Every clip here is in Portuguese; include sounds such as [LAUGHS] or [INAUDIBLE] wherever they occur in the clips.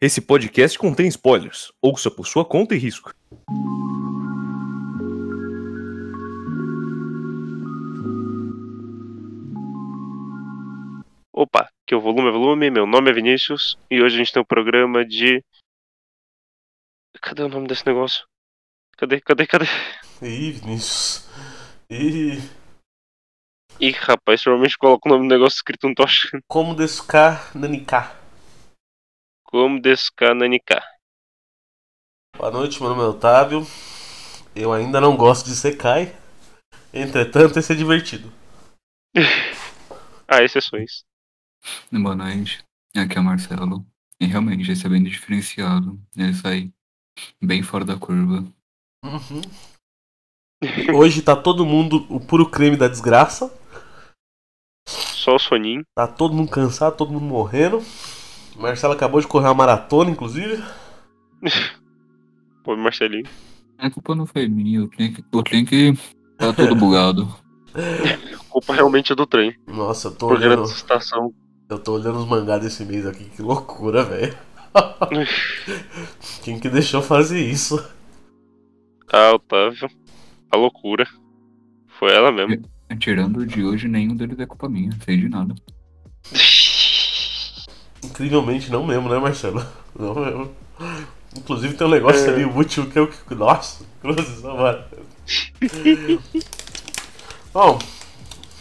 Esse podcast contém spoilers. Ouça por sua conta e risco. Opa, que o volume é volume, meu nome é Vinícius e hoje a gente tem um programa de. Cadê o nome desse negócio? Cadê, cadê, cadê? Ih, Vinícius. Ih, Ih, rapaz, normalmente coloca o nome do negócio escrito um não tô achando. como descar nanicar. Como descananicar. Boa noite, meu nome é Otávio. Eu ainda não gosto de Sekai. Entretanto, esse é divertido. Ah, exceções. Boa noite, aqui é o Marcelo. E realmente, esse é bem diferenciado. Ele sai bem fora da curva. Uhum. Hoje tá todo mundo o puro creme da desgraça. Só o soninho. Tá todo mundo cansado, todo mundo morrendo. Marcelo acabou de correr uma maratona, inclusive. Pô, Marcelinho. A culpa não foi minha, eu tenho que. Eu tenho que tá todo bugado. A culpa realmente é do trem. Nossa, eu tô Programa olhando, de estação. eu tô olhando os mangás desse mês aqui, que loucura, velho. Quem que deixou fazer isso? Ah, Otávio. A loucura. Foi ela mesmo. Tirando o de hoje, nenhum deles é culpa minha, sei de nada. Incrivelmente não mesmo, né, Marcelo? [LAUGHS] Não mesmo. Inclusive tem um negócio ali útil que é o que. Nossa, [LAUGHS] cruzes agora. Bom,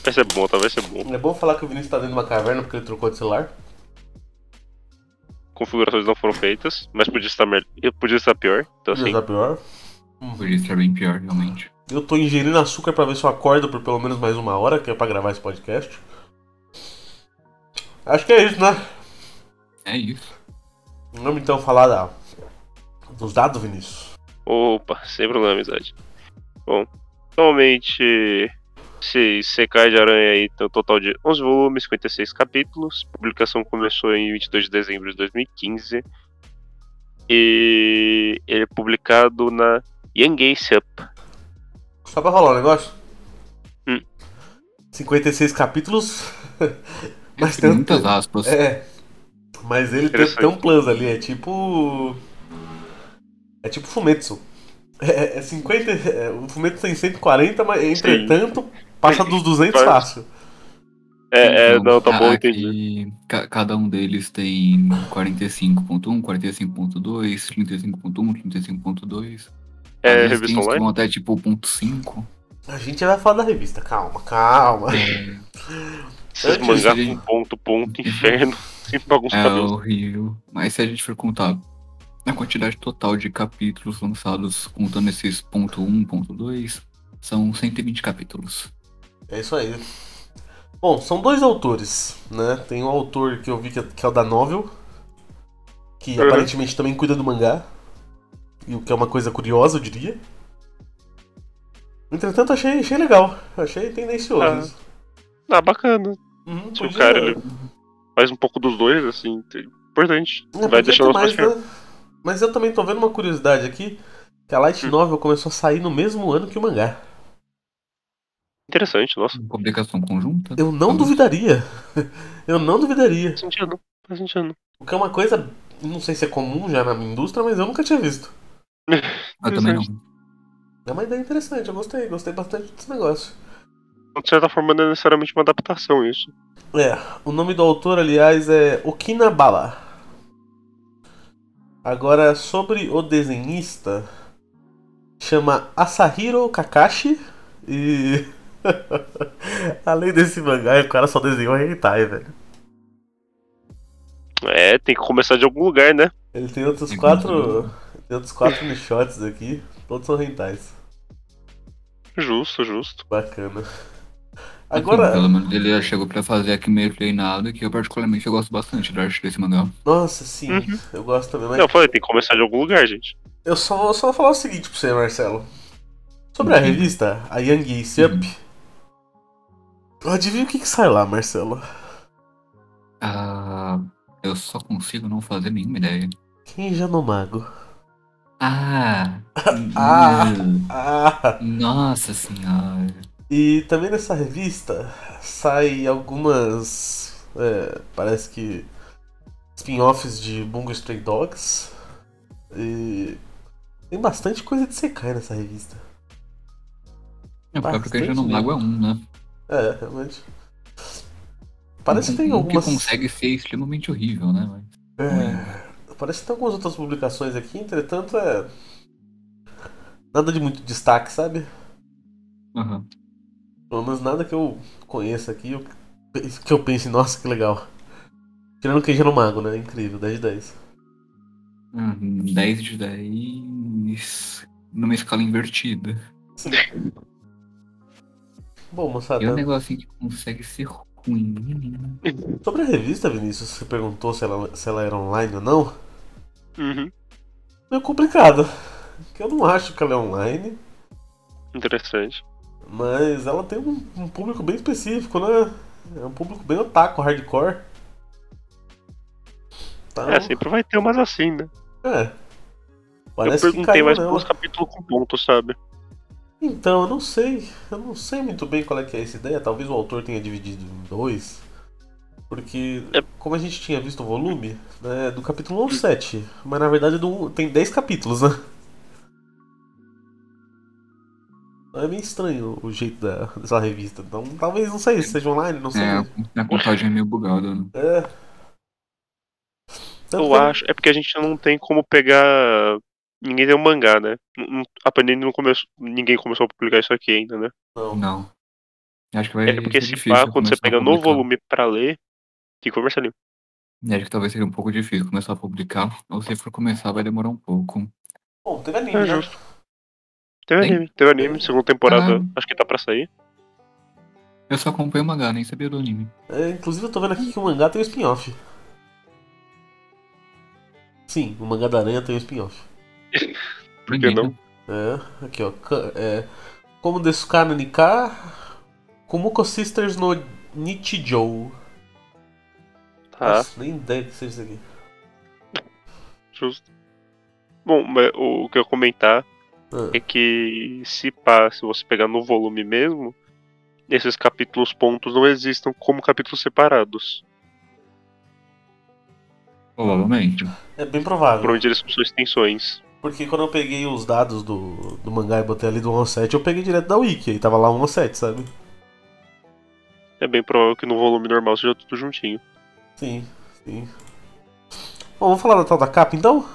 Vai ser bom, Otávio, vai ser bom. é bom falar que o Vinícius tá dentro de uma caverna porque ele trocou de celular. Configurações não foram feitas, mas podia estar melhor. Podia estar pior. Então Podia assim. estar pior. Podia estar é bem pior, realmente. Eu tô ingerindo açúcar pra ver se eu acordo por pelo menos mais uma hora, que é pra gravar esse podcast. Acho que é isso, né? É isso. Vamos então falar da- dos dados, Vinícius. Opa, sem problema, amizade. Bom, normalmente se Secai de Aranha aí tem um total de 11 volumes, 56 capítulos. A publicação começou em 22 de dezembro de 2015. E ele é publicado na Yangei Sup. Só pra falar um negócio? Hum. 56 capítulos. [LAUGHS] Mas tem um- muitas aspas. É. Mas ele tem, Interessante. tem um plus ali, é tipo. É tipo Fumetsu. É, é 50. é, o Fumetsu tem 140, mas entretanto passa dos 200 Faz- fácil. É, é, Então, não, tá bom, aqui, entendi. ca- Cada um deles tem 45.1, 45.2, 35.1, 35.2. Às É vezes tem revista uns que online? vão até tipo [LAUGHS] ponto .5. A gente vai falar da revista, calma, calma. Esses antes mangá de- com ponto, ponto, inferno. [LAUGHS] assim, Sempre bagunça a É cabeça. horrível. Mas se a gente for contar a quantidade total de capítulos lançados, contando esses ponto .1, ponto .2, são 120 capítulos. É isso aí. Bom, são dois autores, né? Tem um autor que eu vi que é, que é o da Novel, que Uhum. aparentemente também cuida do mangá. E o que é uma coisa curiosa, eu diria. Entretanto, achei, achei legal. Achei tendencioso. Ah, isso. Ah, bacana. Uhum, Se o cara ele faz um pouco dos dois, assim, importante. É, podia Vai ter deixando mais, mais, mais né? Mas eu também tô vendo uma curiosidade aqui, que a Hum. Light Novel começou a sair no mesmo ano que o mangá. Interessante, nossa. Publicação conjunta? Eu Uhum. não duvidaria. [LAUGHS] Eu não duvidaria. Faz sentido, faz sentido. O que é uma coisa, não sei se é comum já na minha indústria, mas eu nunca tinha visto. Eu Ah, também não. É uma ideia interessante, eu gostei, gostei bastante desse negócio. Então, De certa forma, não é necessariamente uma adaptação isso. É, o nome do autor, aliás, é Okinabala. Agora, sobre o desenhista, chama Asahiro Kakashi e. [LAUGHS] Além desse mangá, o cara só desenhou hentai, velho. É, tem que começar de algum lugar, né? Ele tem outros Tem quatro. né? Tem outros quatro nichotes aqui, todos são hentais. Justo, justo. Bacana. Assim, Agora. pelo menos ele já chegou pra fazer aqui meio treinado, que eu particularmente eu gosto bastante da arte desse mangá. Nossa, sim, Uhum. eu gosto também, mas Não, eu falei, tem que começar de algum lugar, gente. eu só, vou- só vou falar o seguinte pra você, Marcelo. Sobre a Uhum. revista, a Young Ace Up, adivinha o que, que sai lá, Marcelo? Ah, eu só consigo não fazer nenhuma ideia. Quem já não mago? Ah! [LAUGHS] Ah. hum, Ah! Nossa senhora. E também nessa revista sai algumas. é, parece que spin-offs de Bungo Stray Dogs. E tem bastante coisa de Sekai nessa revista. É, o próprio Bastante Kaija no Lago é um, né? É, realmente. Parece um, que tem um algumas. que consegue ser extremamente horrível, né? Mas É, parece que tem algumas outras publicações aqui, entretanto é. Nada de muito destaque, sabe? Aham. Pelo menos nada que eu conheça aqui eu- que eu pense, nossa, que legal. Tirando queijo no mago, né? Incrível, 10 de 10. Ah, 10 de 10 numa escala invertida. Bom, moçada. E é um negocinho que consegue ser ruim. né? Sobre a revista, Vinícius, você perguntou se ela, se ela era online ou não. Uhum. Meio complicado. Que eu não acho que ela é online, Interessante. mas ela tem um, um público bem específico, né? É um público bem otaku, hardcore. Então, É, sempre vai ter umas assim, né? é. Parece eu que perguntei caiu né, mais nela. pelos capítulos com ponto, sabe? Então, eu não sei. Eu não sei muito bem qual é que é essa ideia. Talvez o autor tenha dividido em dois. Porque, É. como a gente tinha visto o volume, né, é do capítulo 1 ao 7. Mas na verdade é do- tem 10 capítulos, né? É meio estranho o jeito da, dessa revista. Então, talvez, não sei, seja online, não sei. É, a contagem é meio bugada. né? É. Então, Eu acho. É porque a gente não tem como pegar. Ninguém tem um mangá, né? Não- não- A Panini não começou. Ninguém começou a publicar isso aqui ainda, né? Não. Não. Acho que vai É porque ser se difícil. pá, quando você começar a pega no publicar. volume pra ler, fica ali. E Acho que talvez seria um pouco difícil começar a publicar. Ou se for começar, vai demorar um pouco. Bom, teve anime, É né? justo. Teve Tem? um anime, teve anime, segunda temporada, Ah. acho que tá pra sair. Eu só acompanho o mangá, nem sabia do anime. É, inclusive eu tô vendo aqui que o mangá tem um spin-off. Sim, o mangá da aranha tem um spin-off. Por que não? É, aqui ó. Ka- É, como Desuka no Nika, Kumuko Sisters no Nichijou. Tá, Nossa, nem ideia que seja isso aqui. justo. Bom, mas o que eu ia comentar Ah, é que se pá, se você pegar no volume mesmo, esses capítulos pontos não existam como capítulos separados. Provavelmente. É bem provável. Por onde eles são suas extensões. Porque quando eu peguei os dados do, do mangá e botei ali do 117, eu peguei direto da Wiki, aí tava lá 117, sabe? É bem provável que no volume normal seja tudo juntinho. [LAUGHS] Sim, sim. Bom, vamos falar da tal da capa então?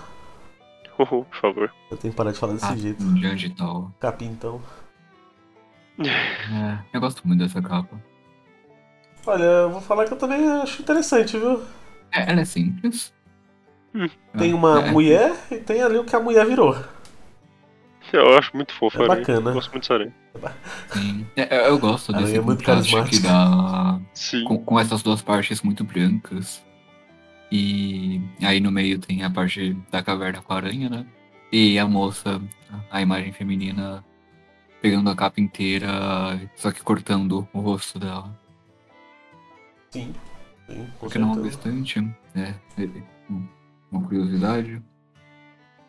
Por favor. Eu tenho que parar de falar desse Ah, jeito. grande e tal. Capa então. É, eu gosto muito dessa capa. Olha, eu vou falar que eu também acho interessante, viu? É, ela é simples. Hum. Tem uma É, mulher e tem ali o que a mulher virou. Eu acho muito fofo, É aranha. bacana. Eu gosto muito dessa aranha. sim. É, é, eu gosto Ela desse é muito contraste que carismática. dá Sim. com, com essas duas partes muito brancas. E aí no meio tem a parte da caverna com a aranha, né? E a moça, a imagem feminina, pegando a capa inteira, só que cortando o rosto dela. Sim. Sim, com Porque não é certeza. bastante, né? Uma curiosidade.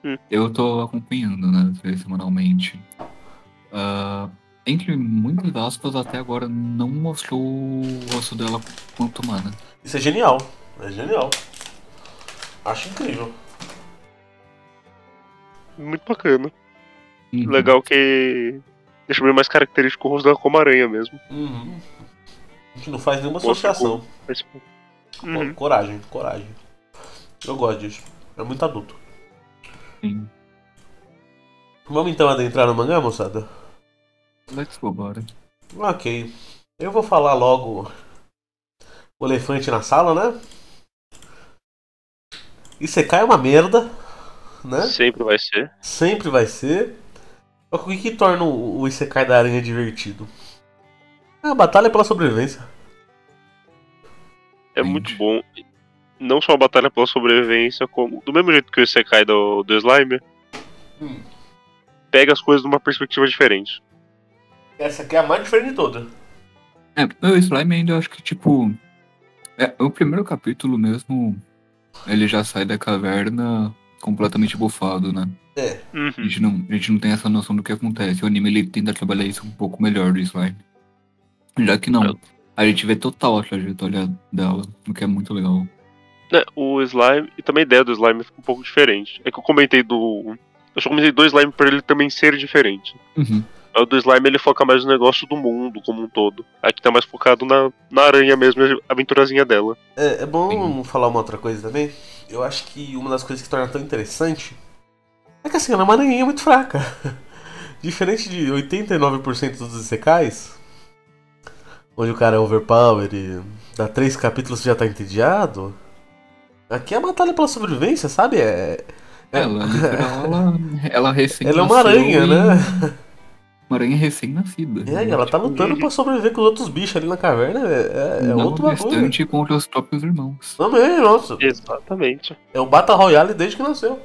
Hum. Eu tô acompanhando, né? Semanalmente. Ah, entre muitas aspas, até agora não mostrou o rosto dela quanto humana. Isso é genial. É genial. Acho incrível. Muito bacana. Uhum. Legal que. Deixa bem mais característico o rosto dela como aranha mesmo. Uhum. A gente não faz nenhuma Pô, associação. Mas, tipo, Pô, uhum. Coragem, coragem. Eu gosto disso. É muito adulto. Sim. Vamos então adentrar no mangá, moçada? Let's go, bora. Ok. Eu vou falar logo o elefante na sala, né? E secar é uma merda, né? Sempre vai ser. Sempre vai ser. Só que O que, que torna o o Isekai da Aranha divertido? É a batalha pela sobrevivência. É Entendi. muito bom. Não só a batalha pela sobrevivência, como. Do mesmo jeito que o Isekai do, do Slime, Hum. pega as coisas numa perspectiva diferente. Essa aqui é a mais diferente de todas. É, o slime ainda eu acho que, tipo. É, o primeiro capítulo mesmo, ele já sai da caverna completamente bufado, né? A Uhum. gente, não, a gente não tem essa noção do que acontece. O anime ele tenta trabalhar isso um pouco melhor do slime. Já que não. A gente vê total a trajetória dela, o que é muito legal. Né, o slime, e também a ideia do slime ficou um pouco diferente. É que eu comentei do. Eu só comentei do slime pra ele também ser diferente. Uhum. Aí O do slime ele foca mais no negócio do mundo como um todo. Aqui tá mais focado na, na aranha mesmo, a aventurazinha dela. É, é bom falar uma outra coisa também. Eu acho que uma das coisas que torna tão interessante é que assim, ela é uma aranhinha muito fraca. [LAUGHS] Diferente de 89% dos Isekais, onde o cara é overpower e dá três capítulos e já tá entediado, aqui é a batalha pela sobrevivência, sabe? É, é- Ela, literal, ela, ela recém ela é uma um aranha, né? Uma aranha recém-nascida. É, e ela tá lutando pra sobreviver com os outros bichos ali na caverna. É, é- é não outro bagulho. obstante contra os próprios irmãos. Também, nossa. Exatamente. É o Bata Royale desde que nasceu.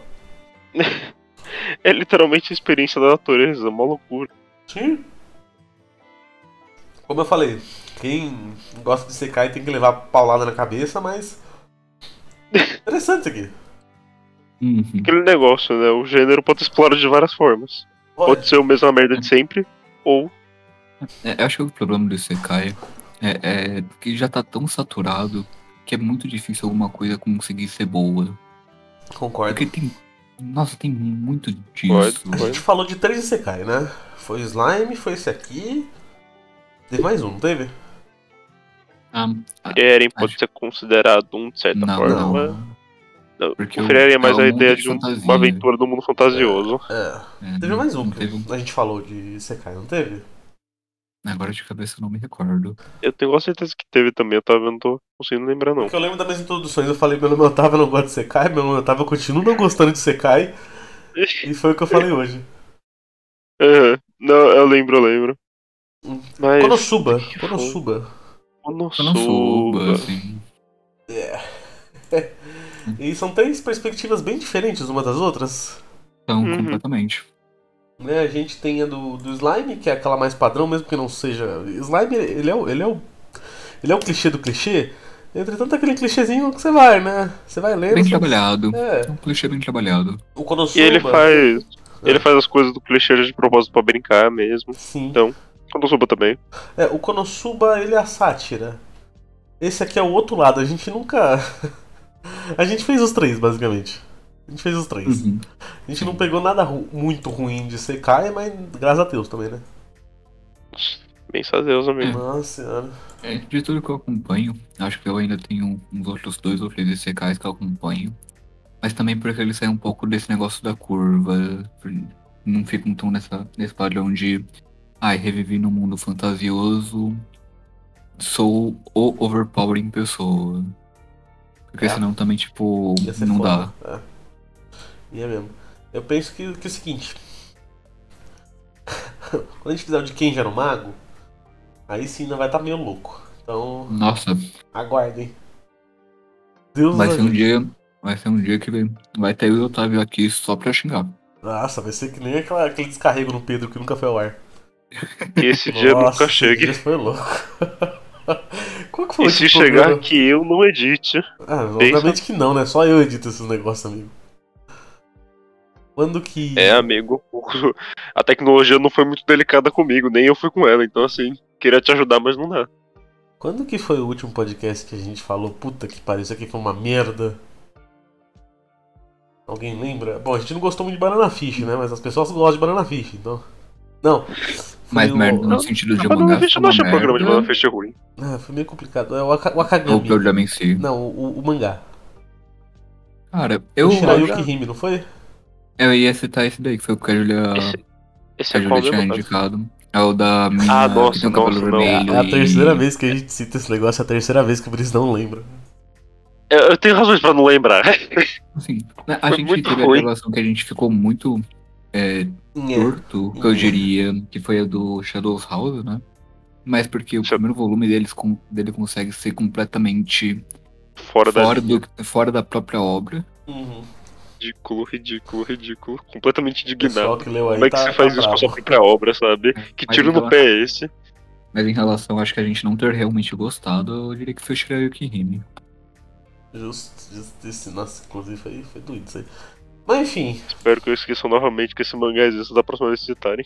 É literalmente a experiência da natureza, uma loucura. Sim. Como eu falei, quem gosta de secar e tem que levar paulada na cabeça, mas. Interessante isso aqui. Uhum. Aquele negócio, né? O gênero pode ser explorado de várias formas. Olha, Pode ser o mesmo a merda de sempre, ou. É, eu acho que o problema do Isekai é, é que já tá tão saturado que é muito difícil alguma coisa conseguir ser boa. concordo. Porque tem. Nossa, tem muito Pode, disso. A gente falou de três Isekai, né? Foi o Slime, foi esse aqui. Teve mais um, não teve? Ah, Eren pode ser considerado um, de certa não, forma. não. mas- Não, Porque o Freire é mais é um a mundo ideia de de um- fantasia. uma aventura do mundo fantasioso. É. É, Teve não- mais um não que teve um. a gente falou de Isekai, não teve? Agora de cabeça eu não me recordo. Eu tenho quase certeza que teve também, eu tava, eu não tô conseguindo lembrar, não. [LAUGHS] Porque eu lembro das minhas introduções, eu falei, meu nome é Otávio, eu não gosto de Sekai, meu nome é Otávio, eu continuo não gostando de Sekai, e foi o que eu falei hoje. Aham. Não, eu lembro, eu lembro. Hum. Mas. Konosuba, que foi? Konosuba. Eu não sou, Konosuba. assim. E são três perspectivas bem diferentes uma das outras. Então, Uhum. completamente. Né, a gente tem a do, do slime, que é aquela mais padrão, mesmo que não seja. Slime, ele é o. Ele é o, ele é o clichê do clichê. Entretanto, é aquele clichêzinho que você vai, né? Você vai lendo. Bem você- trabalhado. É, É um clichê bem trabalhado. o E Konosuba. ele faz. Ele faz as coisas do clichê de propósito pra brincar mesmo. Sim. Konosuba também. É, o Konosuba, ele é a sátira. Esse aqui é o outro lado, a gente nunca. [LAUGHS] a gente fez os três, basicamente. A gente fez os três. Uhum. A gente não pegou nada ru- muito ruim de Sekai, mas graças a Deus também, né? Bença a Deus, amigo. Nossa senhora. É, de tudo que eu acompanho, acho que eu ainda tenho uns outros dois ou três ICKs que eu acompanho. Mas também porque eles saem um pouco desse negócio da curva. Não ficam tão nessa, nesse padrão de. Ai, revivi num mundo fantasioso. Sou o overpowering pessoa. Porque É. senão também, tipo, Ia ser não foda. dá. É. E é mesmo. Eu penso que, que é o seguinte. [LAUGHS] Quando a gente fizer o de quem já era um mago, aí sim ainda vai estar meio louco. Então, Nossa, aguardem. Deus vai nos ser um ajude. dia. Vai ser um dia que vai ter o Otávio aqui só pra xingar. Nossa, vai ser que nem aquela- aquele descarrego no Pedro que nunca foi ao ar. É. E esse dia Nossa, nunca esse chegue. dia foi louco. [LAUGHS] Qual que foi o E último se chegar programa? que eu não edite. Ah, obviamente que não, né? Só eu edito esses negócios, amigo. Quando que. É, amigo. [LAUGHS] A tecnologia não foi muito delicada comigo, nem eu fui com ela. Então, assim, queria te ajudar, mas não dá. Quando que foi o último podcast que a gente falou, puta que pariu, isso aqui foi uma merda? Alguém lembra? Bom, a gente não gostou muito de Banana Fish, né? Mas as pessoas gostam de Banana Fish, então. Não. foi Mas o- merda não, no sentido de Ah, Mas não mangá. existe é não uma achei o programa de merda, Banana Fish ruim. Ah, foi meio complicado. É o, Aka- o ou O Akagami. programa em si. Não, o, o mangá. Cara, eu o acho. Shirayuki Hime, não foi? Eu ia citar esse daí, que foi o que a Julia, Esse, esse que a é qual Julia tinha mesmo? cara? indicado. É o da menina Ah, nossa, que tem o cabelo nossa, não. É vermelho. a e- terceira vez que a gente cita esse negócio, é a terceira vez que o Brice não lembra. É, Eu, eu tenho razões pra não lembrar. [LAUGHS] Assim, né, a Foi gente muito teve a ruim. gravação que a gente ficou muito é, torto, que eu É. diria, que foi a do Shadows House, né? Mas porque o Shadow- primeiro volume deles com- dele consegue ser completamente Fora da. fora, do, fora da própria obra. Uhum. Ridículo, ridículo, ridículo. Completamente O pessoal indignado. que leu aí Como é que tá, você faz tá isso com a sua bravo. própria obra, sabe? Que Mas tiro então- no pé é esse? Mas em relação, acho que a gente não ter realmente gostado, eu diria que foi o Shirayuki Hime. Justo, justo. esse- Nossa, inclusive foi, foi doido isso aí. Mas enfim, Espero que eu esqueça novamente que esse mangá existe da próxima vez que citarem.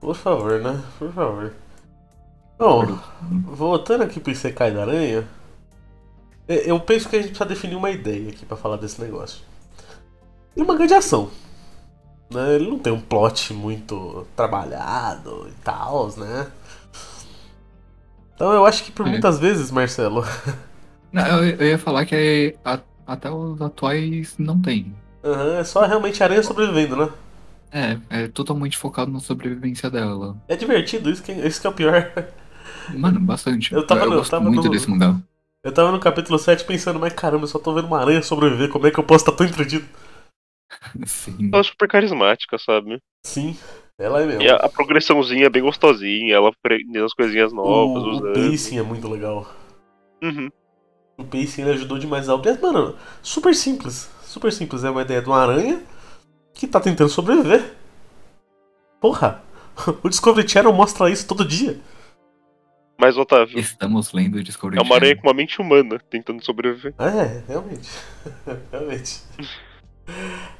Por favor, né? Por favor. Bom, voltando aqui pro Isekai da Aranha, É, Eu penso que a gente precisa definir uma ideia aqui pra falar desse negócio. Ele é uma grande ação. Né? Ele não tem um plot muito trabalhado e tal, né? Então eu acho que por É. muitas vezes, Marcelo. [LAUGHS] Não, eu, eu ia falar que é a- até os atuais não tem. Aham, é só realmente a aranha sobrevivendo, né? É, é totalmente focado na sobrevivência dela. É divertido, isso que, isso que é o pior. [LAUGHS] Mano, bastante. Eu tava no- eu gosto tava muito no- desse mangá. [LAUGHS] Eu tava no capítulo 7 pensando, mas caramba, eu só tô vendo uma aranha sobreviver, como é que eu posso estar tão entretido? Sim. Ela é super carismática, sabe? Sim, ela é mesmo. E a, a progressãozinha é bem gostosinha, ela aprendendo as coisinhas novas, O, o usando. pacing é muito legal. Uhum. O pacing ele ajudou demais a audiência. Mano, super simples. Super simples. É uma ideia de uma aranha que tá tentando sobreviver. Porra! [LAUGHS] O Discovery Channel mostra isso todo dia. Mas, Otávio, Estamos lendo Discovery é uma aranha Channel. com uma mente humana tentando sobreviver. É, realmente. [LAUGHS] realmente.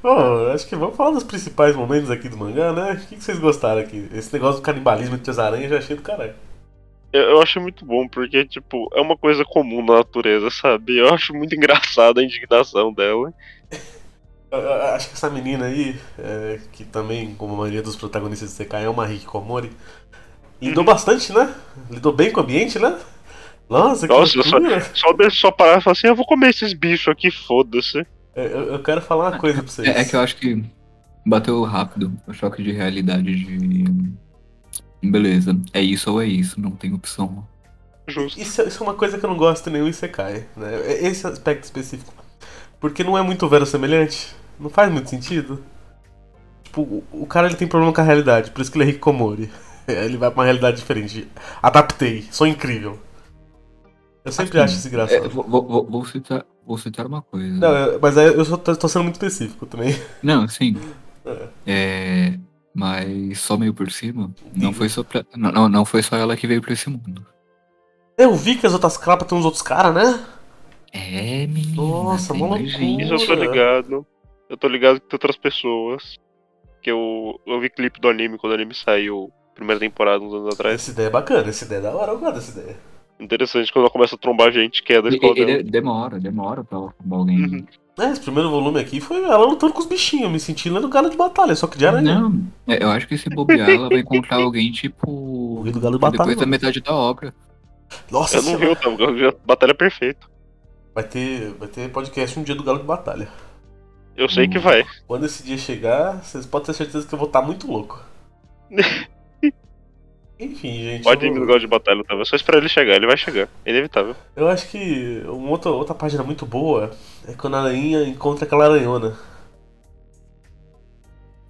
Bom, acho que vamos falar dos principais momentos aqui do mangá, né? O que que vocês gostaram aqui? Esse negócio do canibalismo entre as aranhas eu já achei do caralho. Eu, eu acho muito bom, porque, tipo, é uma coisa comum na natureza, sabe? Eu acho muito [LAUGHS] engraçada a indignação dela. Eu- eu Acho que essa menina aí, é, que também, como a maioria dos protagonistas de CK, é uma Hikikomori, Uhum. lidou bastante, né? Lidou bem com o ambiente, né? Nossa, que Nossa, loucura! Só deixa só parar e falar assim, eu vou comer esses bichos aqui, foda-se. É, Eu, eu quero falar uma coisa pra vocês. É, é que eu acho que bateu rápido o choque de realidade de. Beleza, é isso ou é isso, não tem opção. Justo. isso, isso é uma coisa que eu não gosto em nenhum Isekai, né? É Esse aspecto específico. Porque não é muito verossemelhante, não faz muito sentido. Tipo, o, o cara ele tem problema com a realidade, por isso que ele é Hikikomori. [LAUGHS] Ele vai pra uma realidade diferente. Adaptei, sou incrível. Eu sempre Assim, acho isso É, engraçado. vou, vou- vou- vou citar, vou citar uma coisa. Não, eu- mas aí eu só tô, tô sendo muito específico também. [LAUGHS] Não, sim. É. É, mas só meio por cima, não foi só pra- não, não, não foi só ela que veio pra esse mundo. Eu vi que as outras crapas tem uns outros caras, né? É, menina. Nossa, tem mó mais loucura. gente. Isso eu tô ligado. Eu tô ligado que tem outras pessoas. Que eu, eu vi clipe do anime quando o anime saiu, primeira temporada, uns anos atrás. Essa ideia é bacana, essa ideia é da hora, eu gosto dessa ideia. Interessante quando ela começa a trombar gente que é da Ele- escola ele- dela. demora, demora pra ela arrumar alguém. Uhum. É, esse primeiro volume aqui foi ela lutando com os bichinhos, eu me senti lendo galo de batalha, só que de aranha. Não, é, eu acho que se bobear, ela vai [LAUGHS] encontrar alguém, tipo. Rei do Galo de Batalha, Depois da mano. metade da obra. Nossa é- Eu não vi senhora. o Otávio, eu vi a Batalha Perfeita. Vai ter, vai ter podcast um dia do galo de batalha. Eu sei que Hum. vai. Quando esse dia chegar, vocês podem ter certeza que eu vou estar [LAUGHS] muito louco. Enfim, gente. Pode eu ir vou- no gol de batalha, Otávio. É só esperar ele chegar, ele vai chegar. É inevitável. Eu acho que uma outra, outra página muito boa é quando a aranha encontra aquela aranhona.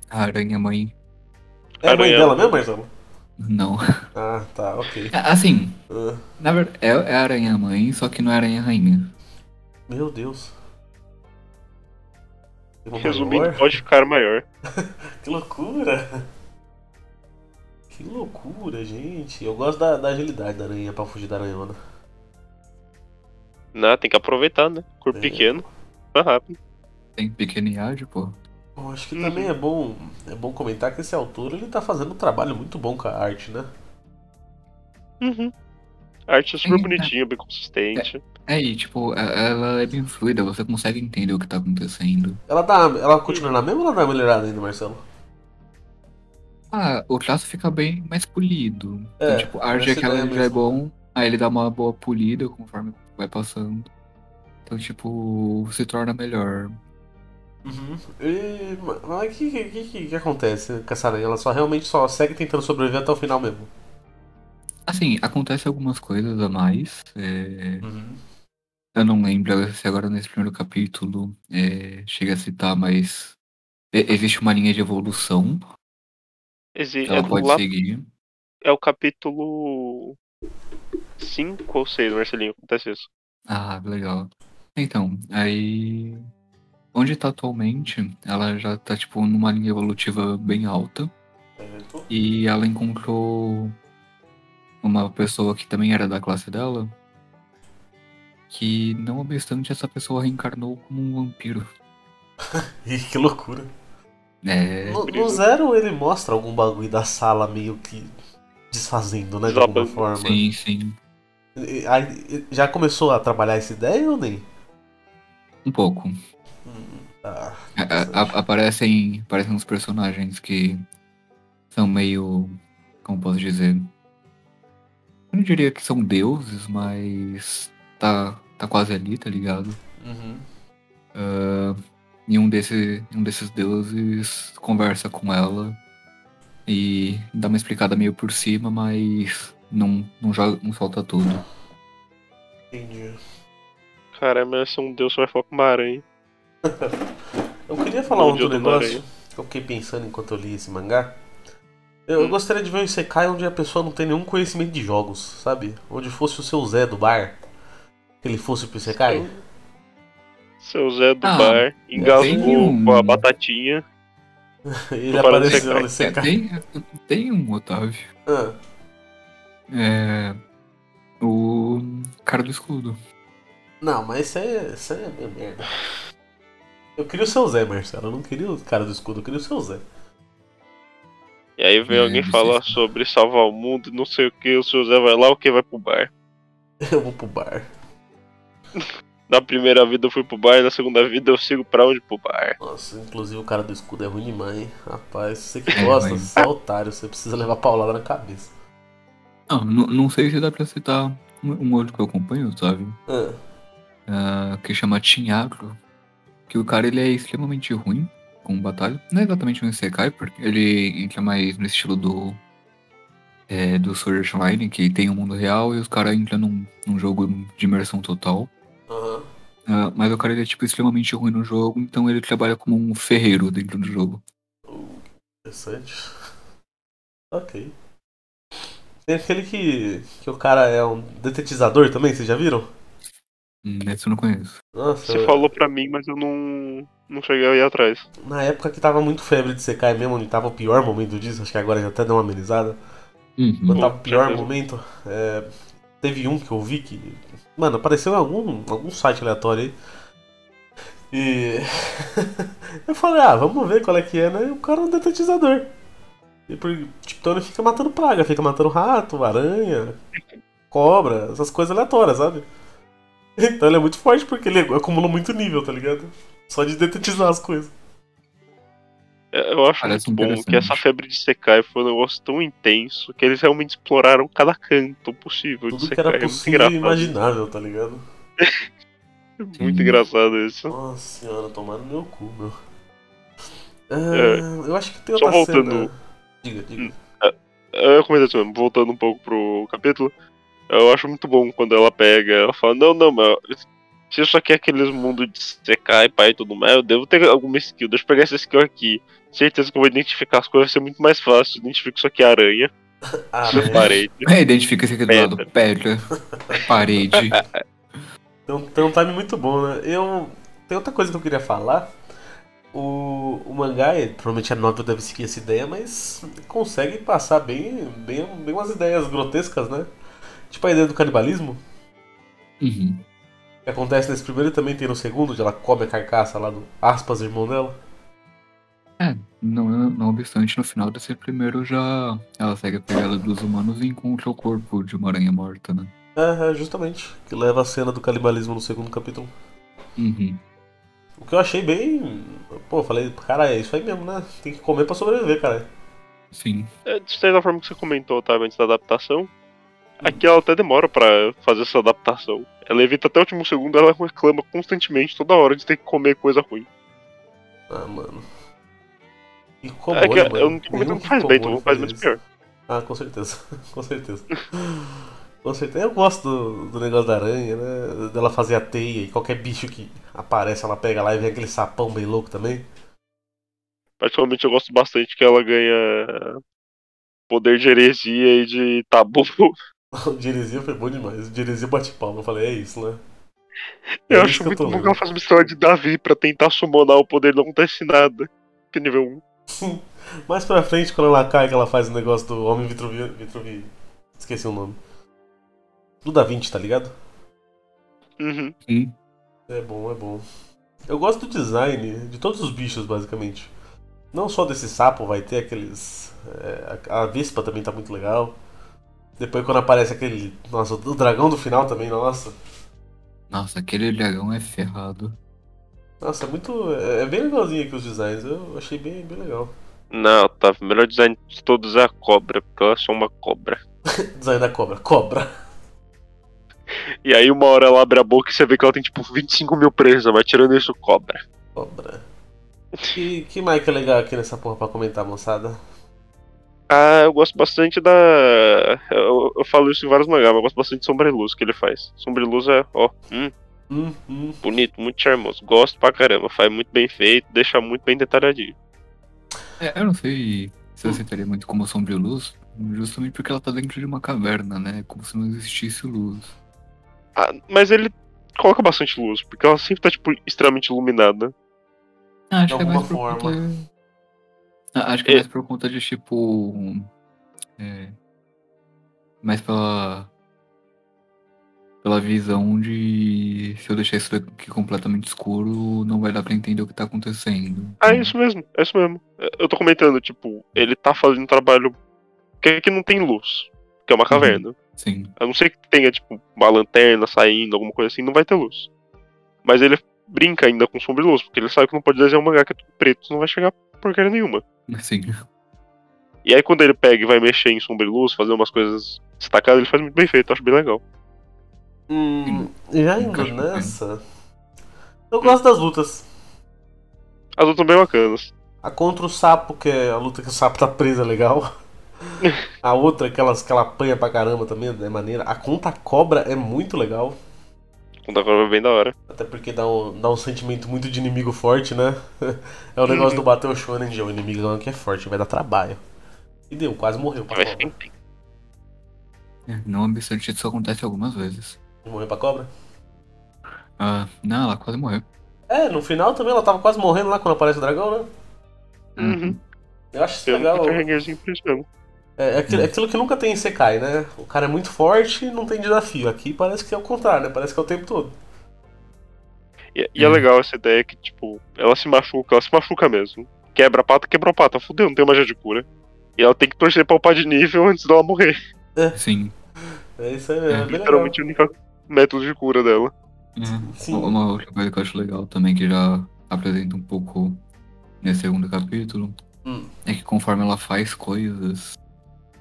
A aranha mãe. É a mãe Aranha. dela mesmo, Marcelo? Não. [LAUGHS] Ah, tá, ok. É, Assim, Ah, na verdade, é, é a aranha mãe, só que não é a aranha rainha. meu Deus. Tem Uhum. uma Resumindo, maior? pode ficar maior. Que loucura! Que loucura, gente. Eu gosto da, da agilidade da aranha pra fugir da aranhona. Não, tem que aproveitar, né? Corpo É. pequeno, tá rápido. Tem pequena e ágil, pô. Bom, acho que Uhum. também é bom, é bom comentar que esse autor ele tá fazendo um trabalho muito bom com a arte, né? Uhum. A arte é super É. bonitinha, bem consistente. É, e tipo, e- ela é bem fluida, você consegue entender o que tá acontecendo. Ela dá, ela continua na mesma ou ela dá uma melhorada ainda, Marcelo? Ah, o traço fica bem mais polido. É, Então, tipo, a arte essa é que ela ideia já é mesmo. bom, aí ele dá uma boa polida conforme vai passando. Então, tipo, se torna melhor. Uhum. E, ma- mas o que, que, que, que acontece com essa aranha? Ela só realmente só segue tentando sobreviver até o final mesmo. Assim, acontece algumas coisas a mais. é, Uhum. Eu não lembro se agora nesse primeiro capítulo é, chega a citar, mas e- existe uma linha de evolução Esse que é, ela do pode lá, seguir. é o capítulo 5 ou 6, Marcelinho, acontece isso. Ah, legal. Então, aí. Onde tá atualmente, ela já tá, tipo, numa linha evolutiva bem alta. Certo? E ela encontrou uma pessoa que também era da classe dela. Que, não obstante, essa pessoa reencarnou como um vampiro. Ih, que loucura. É. No, no incrível. Zero ele mostra algum bagulho da sala meio que desfazendo, né? De alguma Desabando. forma. Sim, sim. E- aí, Já começou a trabalhar essa ideia ou nem? Um pouco. Ah, A- a- a- aparecem, aparecem uns personagens que são meio. Como posso dizer? Eu não diria que são deuses, mas. Tá, tá quase ali, tá ligado? uhum. E um, desse, um desses deuses conversa com ela e dá uma explicada meio por cima, mas não, não, joga, não solta tudo. Entendi. Cara, mas se um deus só vai falar com uma aranha. Um Eu queria falar um Bom outro dia, negócio Dona que eu fiquei pensando enquanto eu li esse mangá. Eu, Hum. eu gostaria de ver um Isekai onde a pessoa não tem nenhum conhecimento de jogos, sabe? Onde fosse o seu Zé do bar, que ele fosse pro Isekai. Seu Zé do Ah, bar tem engasgou um- com a batatinha. [LAUGHS] Ele Tô falando apareceu Isekai. no É, Isekai. tem, tem um, Otávio. Ah, É. O cara do escudo. não, mas isso aí, é- isso aí é minha merda. Eu queria o seu Zé, Marcelo. Eu não queria o cara do escudo, eu queria o seu Zé. [LAUGHS] E aí vem É, alguém não sei falar se- sobre salvar o mundo, não sei o que, o seu Zé vai lá, o que vai pro bar. Eu vou pro bar. Na primeira vida eu fui pro bar, na segunda vida eu sigo pra onde pro bar. Nossa, inclusive o cara do escudo é ruim demais, hein? Rapaz, você que É, gosta, mas- você é otário, você precisa levar paulada na cabeça. Não, Ah, não, não sei se dá pra citar um, um outro que eu acompanho, Otávio. Ah, ah, que chama Tinhagro. Que o cara ele é extremamente ruim com batalha. Não é exatamente um Isekai, porque ele entra mais no estilo do. É, do Sword Art Online, que tem o mundo real e os caras entram num, num jogo de imersão total. aham. Ah, mas o cara ele é tipo extremamente ruim no jogo, então ele trabalha como um ferreiro dentro do jogo. Uh, Interessante. Ok. Tem aquele que, que o cara é um detetizador também, vocês já viram? Hum, Esse eu não conheço. Nossa, Você eu- falou pra mim, mas eu não, não cheguei a ir atrás. na época que tava muito febre de Sekai mesmo, onde tava o pior momento disso, acho que agora já até deu uma amenizada. Quando Uhum. tava tá o pior certeza. momento, é, teve um que eu vi que. Mano, apareceu em algum, algum site aleatório aí. E. [LAUGHS] eu falei, ah, vamos ver qual é que é, né? E o cara é um detetizador. E por, tipo, então ele fica matando praga, fica matando rato, aranha, cobra, essas coisas aleatórias, sabe? [LAUGHS] Então ele é muito forte porque ele acumulou muito nível, tá ligado? Só de detetizar as coisas. É, Eu acho Parece muito bom interessante. que essa febre de Sekai foi um negócio tão intenso que eles realmente exploraram cada canto possível de Tudo que Sekai. era É muito possível e engraçado. imaginável, tá ligado? Muito engraçado isso. Nossa senhora, tomaram meu cu, meu. Ah, É. Eu acho que tem Só outra voltando. Hum. cena. Diga, diga. É, Eu comentei isso mesmo, voltando um pouco pro capítulo, eu acho muito bom quando ela pega, ela fala, não, não, mas se isso aqui é aqueles mundos de Sekai, pai e tudo mais, eu devo ter alguma skill, deixa eu pegar essa skill aqui. Certeza que eu vou identificar as coisas, vai ser muito mais fácil, identifico isso aqui é aranha, Ah, isso é né? parede. É, identifica esse aqui do Pedra. lado. Pedra. Parede. Tem um, tem um time muito bom, né? Eu. Tem outra coisa que eu queria falar. O, o mangá, é- provavelmente a novel deve seguir essa ideia, mas consegue passar bem, bem, bem umas ideias grotescas, né? Tipo a ideia do canibalismo, Uhum. que acontece nesse primeiro e também tem no segundo, onde ela come a carcaça lá do aspas irmão dela. Não, não obstante, no final desse primeiro já ela segue a pegada dos humanos e encontra o corpo de uma aranha morta, né? É, é, justamente. Que leva a cena do canibalismo no segundo capítulo. Uhum. O que eu achei bem. Pô, eu falei, cara, é isso aí mesmo, né? Tem que comer pra sobreviver, cara. Sim. É, de certa forma que você comentou, tá, antes da adaptação, aqui ela até demora pra fazer essa adaptação. Ela evita até o último segundo, ela reclama constantemente, toda hora, de ter que comer coisa ruim. Ah, mano. E como é que olho, eu, eu né, mano. né, não tô comentando Nenhum que faz bem, comolho então faz muito isso. pior. Ah, com certeza. [LAUGHS] com certeza. com certeza. Eu gosto do, do negócio da aranha, né? Dela fazer a teia e qualquer bicho que aparece, ela pega lá e vem aquele sapão bem louco também. [LAUGHS] Particularmente eu gosto bastante que ela ganha poder de heresia e de tabu. O Direzil foi bom demais. O Direzil bate palma. Eu falei, é isso, né? Eu É isso acho que eu muito tô bom que lendo. ela faz uma história de Davi pra tentar summonar o poder não acontece nada. Que nível 1. Sim. Mais pra frente, quando ela cai, que ela faz o negócio do Homem Vitruvi... Vitruvi... Esqueci o nome. Do Da Vinci, tá ligado? Uhum. Sim. É bom, é bom. Eu gosto do design de todos os bichos, basicamente. Não só desse sapo, vai ter aqueles... é, a a Vespa também tá muito legal. Depois quando aparece aquele. Nossa, o dragão do final também, nossa. Nossa, aquele dragão é ferrado. Nossa, é muito. É é bem legalzinho aqui os designs. Eu achei bem, bem legal. Não, tá. O melhor design de todos é a cobra, porque ela é só uma cobra. Design da cobra. Cobra. E aí uma hora ela abre a boca e você vê que ela tem tipo 25 mil presas, mas tirando isso, cobra. Cobra. Que, que mais que é legal aqui nessa porra pra comentar, moçada? Ah, eu gosto bastante da. Eu, eu falo isso em vários mangás, mas eu gosto bastante de Sombra e Luz que ele faz. Sombra e Luz é, ó, hum, Hum, hum. bonito, muito charmoso. Gosto pra caramba, faz muito bem feito, deixa muito bem detalhadinho. É, eu não sei se eu aceitaria muito como sombrio luz, justamente porque ela tá dentro de uma caverna, né? Como se não existisse luz. Ah, mas ele coloca bastante luz, porque ela sempre tá, tipo, extremamente iluminada. Ah, acho De que é alguma mais por forma. conta. Ah, Acho que é É. mais por conta de tipo. um, É... Mais pela. Pela visão de se eu deixar isso aqui completamente escuro, não vai dar pra entender o que tá acontecendo. Ah, é isso mesmo, é isso mesmo. É, Eu tô comentando, tipo, ele tá fazendo um trabalho que é que não tem luz, que é uma caverna. Sim. A não ser que tenha, tipo, uma lanterna saindo, alguma coisa assim, não vai ter luz. Mas ele brinca ainda com sombra e luz, porque ele sabe que não pode desenhar um mangá que é tudo preto, não vai chegar porcaria nenhuma. Sim. E aí quando ele pega e vai mexer em sombra e luz, fazer umas coisas destacadas, ele faz muito bem feito, eu acho bem legal. Hum, já indo Encaixa bem. nessa. Eu gosto das lutas. As outras são bem bacanas. A contra o sapo, que é a luta que o sapo tá preso, é [LAUGHS] legal. A outra, aquelas que ela apanha pra caramba também, é maneira. A contra a cobra é muito legal. Conta agora é bem da hora. Até porque dá um, dá um sentimento muito de inimigo forte, né? [LAUGHS] É o negócio do Uhum. bater o Shonen de um inimigo que é forte, vai dar trabalho. E deu, quase morreu pra Mas cobra. enfim. É, Não obstante, isso acontece algumas vezes. Morreu pra cobra? Ah, não, ela quase morreu. É, no final também ela tava quase morrendo lá quando aparece o dragão, né? Uhum. Eu acho isso Eu legal. nunca carreguei esse impresso, não. É, é aquilo, é aquilo que nunca tem em Sekai, né? O cara é muito forte e não tem desafio. Aqui parece que é o contrário, né? Parece que é o tempo todo. E, e é Uhum. legal essa ideia que, tipo, ela se machuca, ela se machuca mesmo. Quebra a pata, quebra a pata, fudeu, não tem magia de cura. E ela tem que torcer pra upar de nível [LAUGHS] antes dela morrer. Sim. É isso aí, mesmo, é, bem É, legal. literalmente o único método de cura dela. É. Sim. Uma outra coisa que eu acho legal também, que já apresenta um pouco nesse segundo capítulo, Hum. é que conforme ela faz coisas,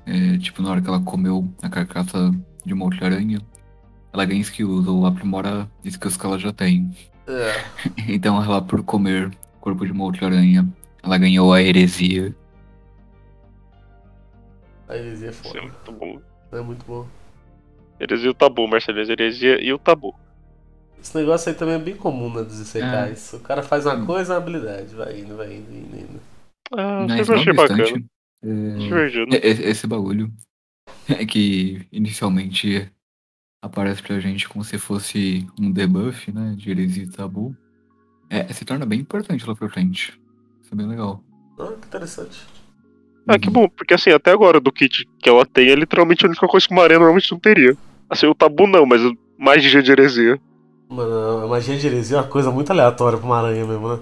é, tipo na hora que ela comeu a carcaça de uma outra aranha, ela ganha skills ou aprimora skills que ela já tem. [LAUGHS] É. Então ela, por comer o corpo de uma outra aranha, ela ganhou a heresia. A heresia é Isso é foda. muito bom. É muito bom. Heresia e o tabu, Marcelinhos. Heresia e o tabu. Esse negócio aí também é bem comum, né? Dos Isekais. O cara faz uma Hum. coisa, uma habilidade. Vai indo, vai indo, indo, indo. Ah, Mas sempre não achei bacana. obstante, né? é, Divertido. E- e- Esse bagulho é que inicialmente aparece pra gente como se fosse um debuff, né? De heresia e tabu. É, se torna bem importante lá pra frente. Isso é bem legal. Ah, que interessante. Ah, que bom, porque assim, até agora do kit que ela tem é literalmente a única coisa que uma aranha normalmente não teria. Assim, o tabu não, mas mais de dia de heresia. Mano, a magia de heresia é uma coisa muito aleatória pra uma aranha mesmo, né?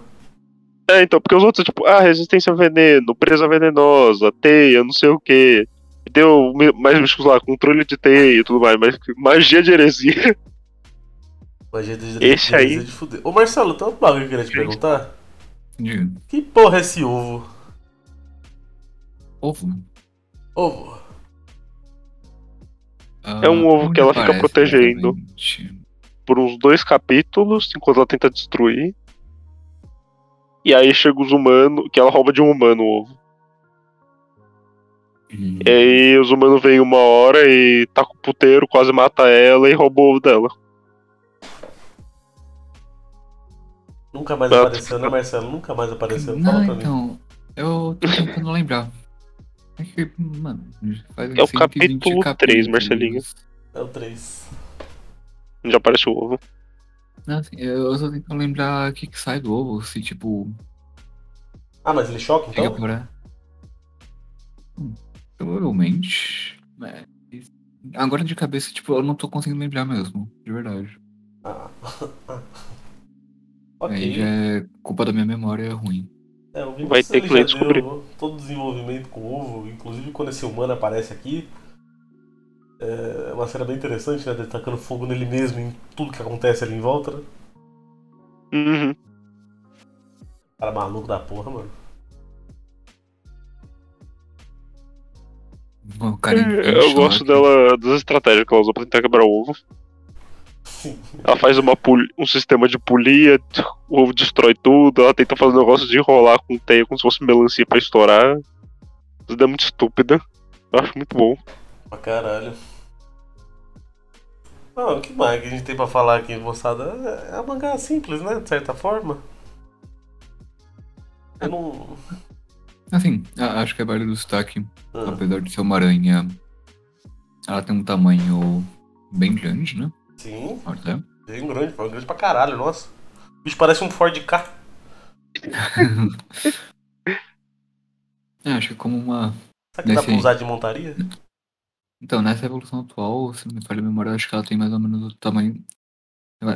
É, então, porque os outros, tipo, ah, resistência a veneno, presa venenosa, teia, não sei o quê. Deu um mi- mais bichos lá, controle de teia e tudo mais, mas magia de heresia. [LAUGHS] Magia de, Esse de aí- heresia é de fuder. Ô Marcelo, tem um bagulho que eu queria te Gente. perguntar. De Que porra é esse ovo? ovo. Ovo. É um Ah, ovo que ela fica protegendo. por uns dois capítulos, enquanto ela tenta destruir. E aí chega os humanos, que ela rouba de um humano o ovo. E aí os humanos vêm uma hora e tá com o puteiro, quase mata ela e rouba o ovo dela. Nunca mais Ah, apareceu, né, Marcelo? Nunca mais apareceu. Fala pra mim. Não, então. Eu tô tentando lembrar. É que, mano, faz É o 120 capítulo três, capítulos. Marcelinho. É o 3. Onde aparece o ovo. Não, assim, eu só tento lembrar o que, que sai do ovo, se tipo. Ah, mas ele choca Chega então? para. Hum, Provavelmente. mas- Agora de cabeça, tipo, eu não tô conseguindo lembrar mesmo. De verdade. Ah. [LAUGHS] Aí ok. já é culpa da minha memória ruim. É, o Vinícius, Vai ter ele que já descobrir. deu todo o desenvolvimento com o ovo, inclusive quando esse humano aparece aqui. É uma cena bem interessante, né? Dele tacando fogo nele mesmo, em tudo que acontece ali em volta, né? Uhum. Cara maluco da porra, mano. [LAUGHS] O cara em- em Eu choque. gosto dela, das estratégias que ela usou pra tentar quebrar o ovo. Sim. [LAUGHS] Ela faz uma poli- um sistema de polia, o ovo destrói tudo, ela tenta fazer um negócio de enrolar com teia como se fosse melancia pra estourar. Tudo é muito estúpida. Eu acho muito bom. Pra caralho. Não, o que mais que a gente tem pra falar aqui, moçada? É é um mangá simples, né? De certa forma. Eu não. Assim, a- acho que é válido o destaque, Ah, apesar de ser uma aranha, ela tem um tamanho bem grande, né? sim, Até. é um grande, é um grande pra caralho, nossa. O bicho parece um Ford K. É, acho que como uma. Será que dá Desse pra aí. usar de montaria? Então, nessa evolução atual, se não me falha a memória, acho que ela tem mais ou menos o tamanho.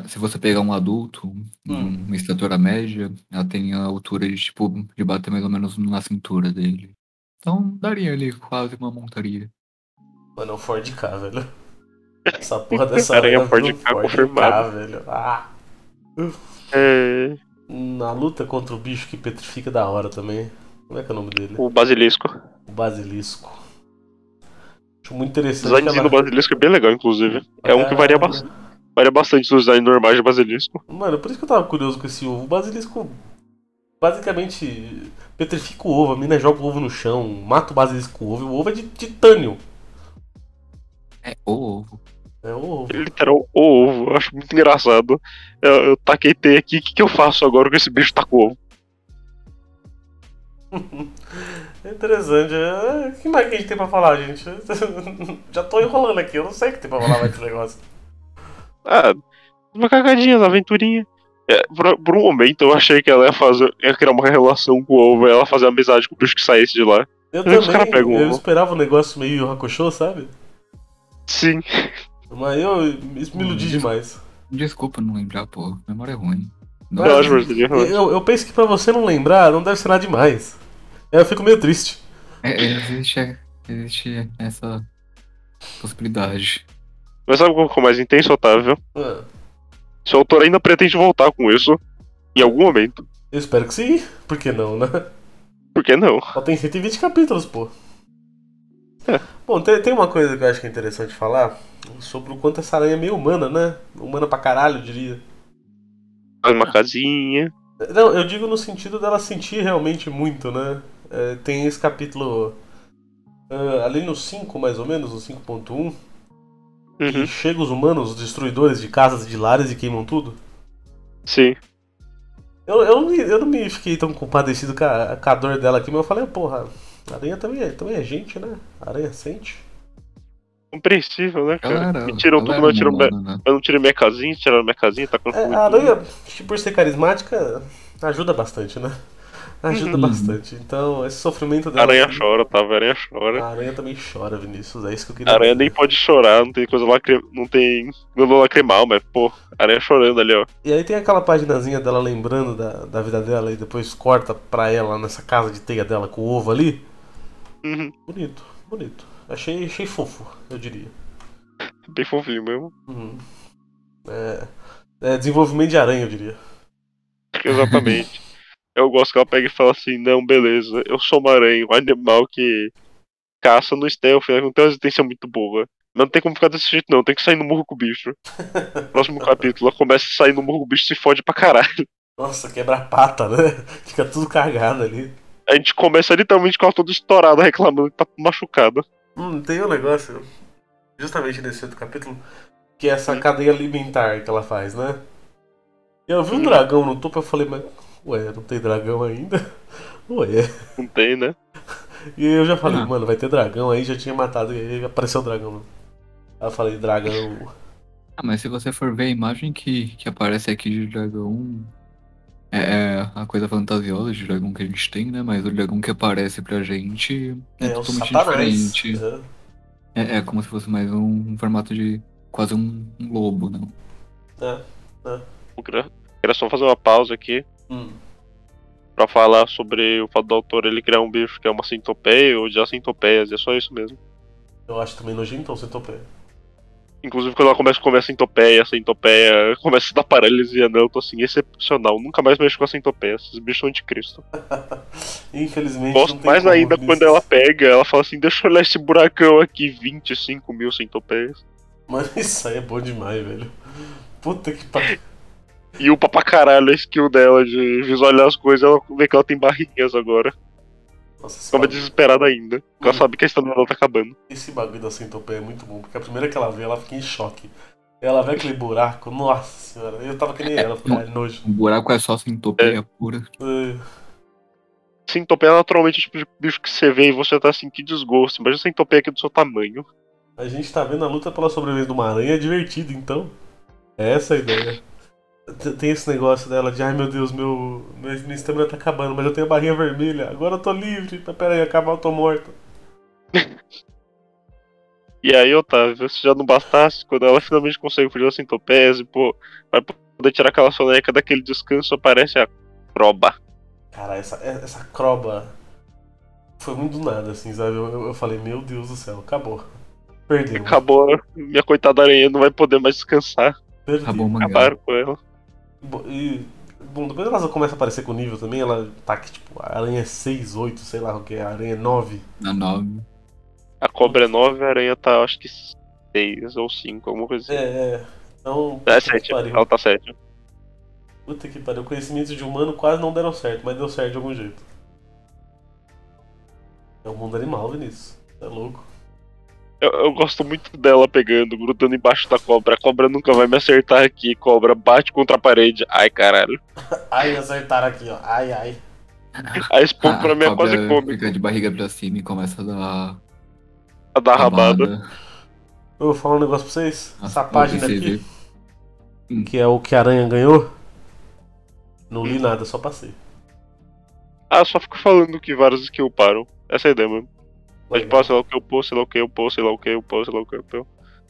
Se você pegar um adulto, de Hum. uma estatura média, ela tem a altura de tipo, de bater mais ou menos na cintura dele. Então daria ali quase uma montaria. Mano, é um Ford K, velho. Essa [LAUGHS] porra dessa é Aranha aranha é um Ford virou Ka confirmado. velho. Ah, É, na luta contra o bicho que petrifica da hora também. Como é que é o nome dele? o basilisco. O basilisco. Acho muito interessante. O design que do ela- basilisco é bem legal, inclusive. É um que varia, bas- varia bastante dos designs normais de basilisco. Mano, por isso que eu tava curioso com esse ovo. O basilisco basicamente petrifica o ovo, a mina joga o ovo no chão, mata o basilisco com o ovo, e o ovo é de titânio. É, ou ovo. É o ovo. Ele é literal o ovo, eu acho muito engraçado. Eu, eu taquei T aqui, o que, que eu faço agora com esse bicho tá com ovo? É interessante. é, O que mais que a gente tem pra falar, gente? [LAUGHS] Já tô enrolando aqui, eu não sei o que tem pra falar mais desse negócio. Ah, uma cagadinha, uma aventurinha. É, por, por um momento eu achei que ela ia fazer. ia criar uma relação com o ovo, ela fazer amizade com o bicho que saísse de lá. Eu Mas os caras pegam também, eu ovo. esperava um negócio meio Hakusho, sabe? Sim. Mas eu me iludi demais. Desculpa não lembrar, pô. Memória é ruim. Não, Eu mas- acho verdade, realmente. Eu, eu penso que pra você não lembrar, não deve ser nada demais. Eu fico meio triste. É, é, existe, existe essa possibilidade. Mas sabe o que é mais intenso, Otávio? Ah, Se o autor ainda pretende voltar com isso, em algum momento. Eu espero que sim, por que não, né? Por que não? Só tem 120 capítulos, pô. É. Bom, tem, tem uma coisa que eu acho que é interessante falar sobre o quanto essa aranha é meio humana, né? Humana pra caralho, eu diria. Faz uma casinha. Não, eu digo no sentido dela sentir realmente muito, né? É, tem esse capítulo ah, ali no 5, mais ou menos, no 5.1, que Uhum. chega os humanos, os destruidores de casas e de lares e queimam tudo. Sim. Eu, eu, não me- eu não me fiquei tão compadecido com a, com a dor dela aqui, mas eu falei, porra, a aranha também é, também é gente, né? A aranha sente. Compreensível, né, cara? Ela era, Me tiram ela tudo, era mas um tiram mongolona, né? Eu não tirei minha casinha, tiraram minha casinha, tá com É, a aranha, acho que por ser carismática, ajuda bastante, né? Ajuda Uhum. bastante. Então, esse sofrimento dela. Aranha chora, tá? A aranha chora. A aranha também chora, Vinícius. É isso que eu queria A aranha dizer. nem pode chorar, não tem coisa lacrim... não tem glândula lacrimal, mas, pô, a aranha chorando ali, ó. E aí tem aquela paginazinha dela lembrando da, da vida dela e depois corta pra ela nessa casa de teia dela com o ovo ali. Uhum, Bonito, bonito. Achei, achei fofo, eu diria. Bem fofinho mesmo. Uhum. É, é desenvolvimento de aranha, eu diria. Exatamente. Eu gosto que ela pega e fala assim, não, beleza, eu sou uma aranha, um animal que caça no stealth, né? não tem uma existência muito boa. Não tem como ficar desse jeito não, tem que sair no murro com o bicho. Próximo capítulo, ela começa a sair no murro com o bicho e se fode pra caralho. Nossa, quebra a pata, né? [LAUGHS] Fica tudo cagado ali. A gente começa literalmente com ela toda estourada, reclamando que tá machucada. Hum, tem um negócio, justamente nesse outro capítulo, que é essa cadeia alimentar que ela faz, né? Eu vi um Hum. dragão no topo, eu falei, mas ué, não tem dragão ainda? [LAUGHS] Ué. Não tem, né? E eu já falei, Ah. mano, vai ter dragão aí, já tinha matado, e aí apareceu o dragão. Aí eu falei, dragão. Ah, mas se você for ver a imagem que, que aparece aqui de dragão, é, é a coisa fantasiosa de dragão que a gente tem, né? Mas o dragão que aparece pra gente é, É, o totalmente Satanás. diferente. É. É, é como se fosse mais um, um formato de quase um, um lobo, né? É, Eu queria queria só fazer uma pausa aqui Hum. pra falar sobre o fato do autor ele criar um bicho que é uma centopeia ou já centopeias, e é só isso mesmo. Eu acho também nojento ou centopeia. Inclusive, quando ela começa, começa em topeia, sem topeia, [LAUGHS] começa a dar paralisia anão, eu tô assim, excepcional. Nunca mais mexo com a sem topeia, esses bichos são anticristo. Infelizmente. Gosto não tem mais como, ainda Vinícius. quando ela pega, ela fala assim: deixa eu olhar esse buracão aqui, 25 mil sem topeias. Mano, isso aí é bom demais, velho. Puta que pariu. E upa pra caralho a skill dela de visualizar as coisas, ela vê que ela tem barrinhas agora. Nossa, esse Ficava bagulho, desesperada ainda. porque Ela Hum. sabe que a estamina dela tá acabando. esse bagulho da centopeia é muito bom, porque a primeira que ela vê, ela fica em choque. Ela vê aquele buraco, nossa senhora, eu tava que nem ela, falei, ai, nojo. O buraco é só sem topeia pura. Ai, Sem topeia é naturalmente o tipo de bicho que você vê e você tá assim, que desgosto. Imagina sem topeia aqui do seu tamanho. A gente tá vendo a luta pela sobrevivência de uma aranha, é divertido, então. É essa a ideia. T- Tem esse negócio dela de, ai meu Deus, meu, meu, minha estamina tá acabando, mas eu tenho a barrinha vermelha, agora eu tô livre, mas pera aí, acabar eu tô morta. E aí, Otávio, se já não bastasse, quando ela finalmente consegue fugir da centopese, pô, vai poder tirar aquela soneca daquele descanso, aparece a proba. Cara, essa, é, essa croba foi muito do nada, assim, sabe? Eu, eu- eu falei, meu Deus do céu, acabou. Perdeu. Acabou, minha coitada aranha não vai poder mais descansar. Perdeu. Acabou o mangá. Acabaram com ela. Bo- E, bom, depois ela começa a aparecer com nível também, ela tá aqui, tipo, a aranha é 6, 8, sei lá o que é, a aranha é 9. Na 9. A cobra é 9, a aranha tá, acho que 6 ou 5, alguma coisa É, assim. é. Então, É, puta que 7, pariu. ela tá 7. Puta que pariu. Conhecimentos de humano quase não deram certo, mas deu certo de algum jeito. É o mundo animal, Vinícius. Tá louco. Eu, eu gosto muito dela pegando, grudando embaixo da cobra. A cobra nunca vai me acertar aqui, cobra. Bate contra a parede. Ai, caralho. Ai, acertaram aqui, ó. Ai, ai. Aí esse ponto Ah, pra mim a é quase cobra cômico. Fica de barriga pra cima e começa a dar A dar Tá rabada. Eu vou falar um negócio pra vocês. Essa Nossa, página você aqui. vê. que é o que a aranha ganhou. Não li nada, só passei. Ah, só fico falando que vários skills param. Essa é a ideia, mano. Mas, tipo, ah, sei lá o que eu pô, sei lá o que eu pô, sei lá o que eu pô, sei lá o que eu pô.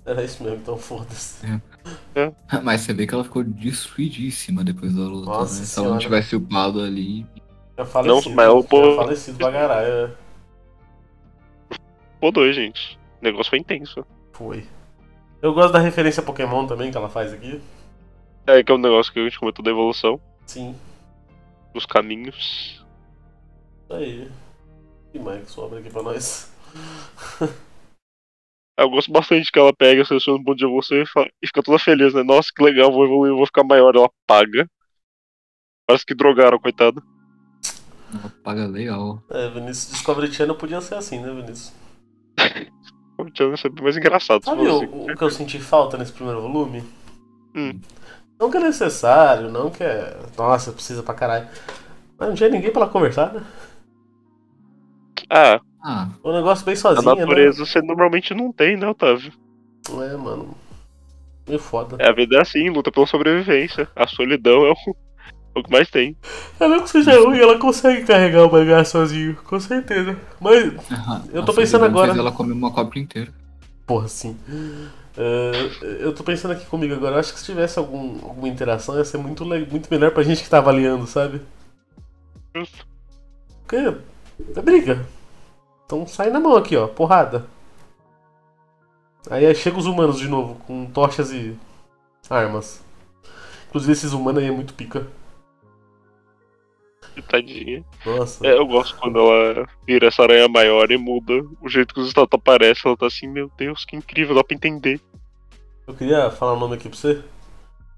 Era isso mesmo, então foda-se. Mas você vê que ela ficou destruidíssima depois da luta. Nossa né? Se ela senhora. não tivesse upado ali. Já falecido. Não, mas eu vou- Já falecido pra caralho. é. Pô, dois, gente. O negócio foi intenso. Foi. Eu gosto da referência Pokémon também que ela faz aqui. É que é um negócio que a gente comentou da evolução, Sim. dos caminhos. Isso aí. E mais que sobra aqui pra nós. Eu gosto bastante que ela pega, seleciona um ponto de evolução e, fala- e fica toda feliz, né? Nossa, que legal, vou evoluir, vou ficar maior. Ela paga. Parece que drogaram, coitado. Ela paga legal. É, Vinícius Discovery Channel podia ser assim, né, Vinícius? O Tiano é sempre mais engraçado. se Sabe o, fosse o que Tipo, eu senti falta nesse primeiro volume? Hum. Não que é necessário, não que é. Nossa, precisa pra caralho. Mas não tinha ninguém pra ela conversar, né? Ah, Ah, O negócio bem a sozinha, né? natureza você normalmente não tem, né, Otávio? Não é, mano. Meio foda. É, a vida é assim, luta pela sobrevivência. A solidão é o, o que mais tem. Ela não É que seja ruim, ela consegue carregar o mangá sozinho, com certeza. Mas, Eu tô nossa, pensando Zidane agora. Fez ela comer uma cobra inteira. porra, sim. É, eu tô pensando aqui comigo agora, eu acho que se tivesse algum, alguma interação ia ser muito, le- muito melhor pra gente que tá avaliando, sabe? Porque é briga. Então sai na mão aqui, ó, porrada. Aí, aí chega os humanos de novo, com tochas e armas. Inclusive esses humanos aí é muito pica. Tadinha. Nossa. É, eu gosto quando ela vira essa aranha maior e muda o jeito que os estátuas aparecem. Ela tá assim, meu Deus, que incrível, dá pra entender. Eu queria falar um nome aqui pra você.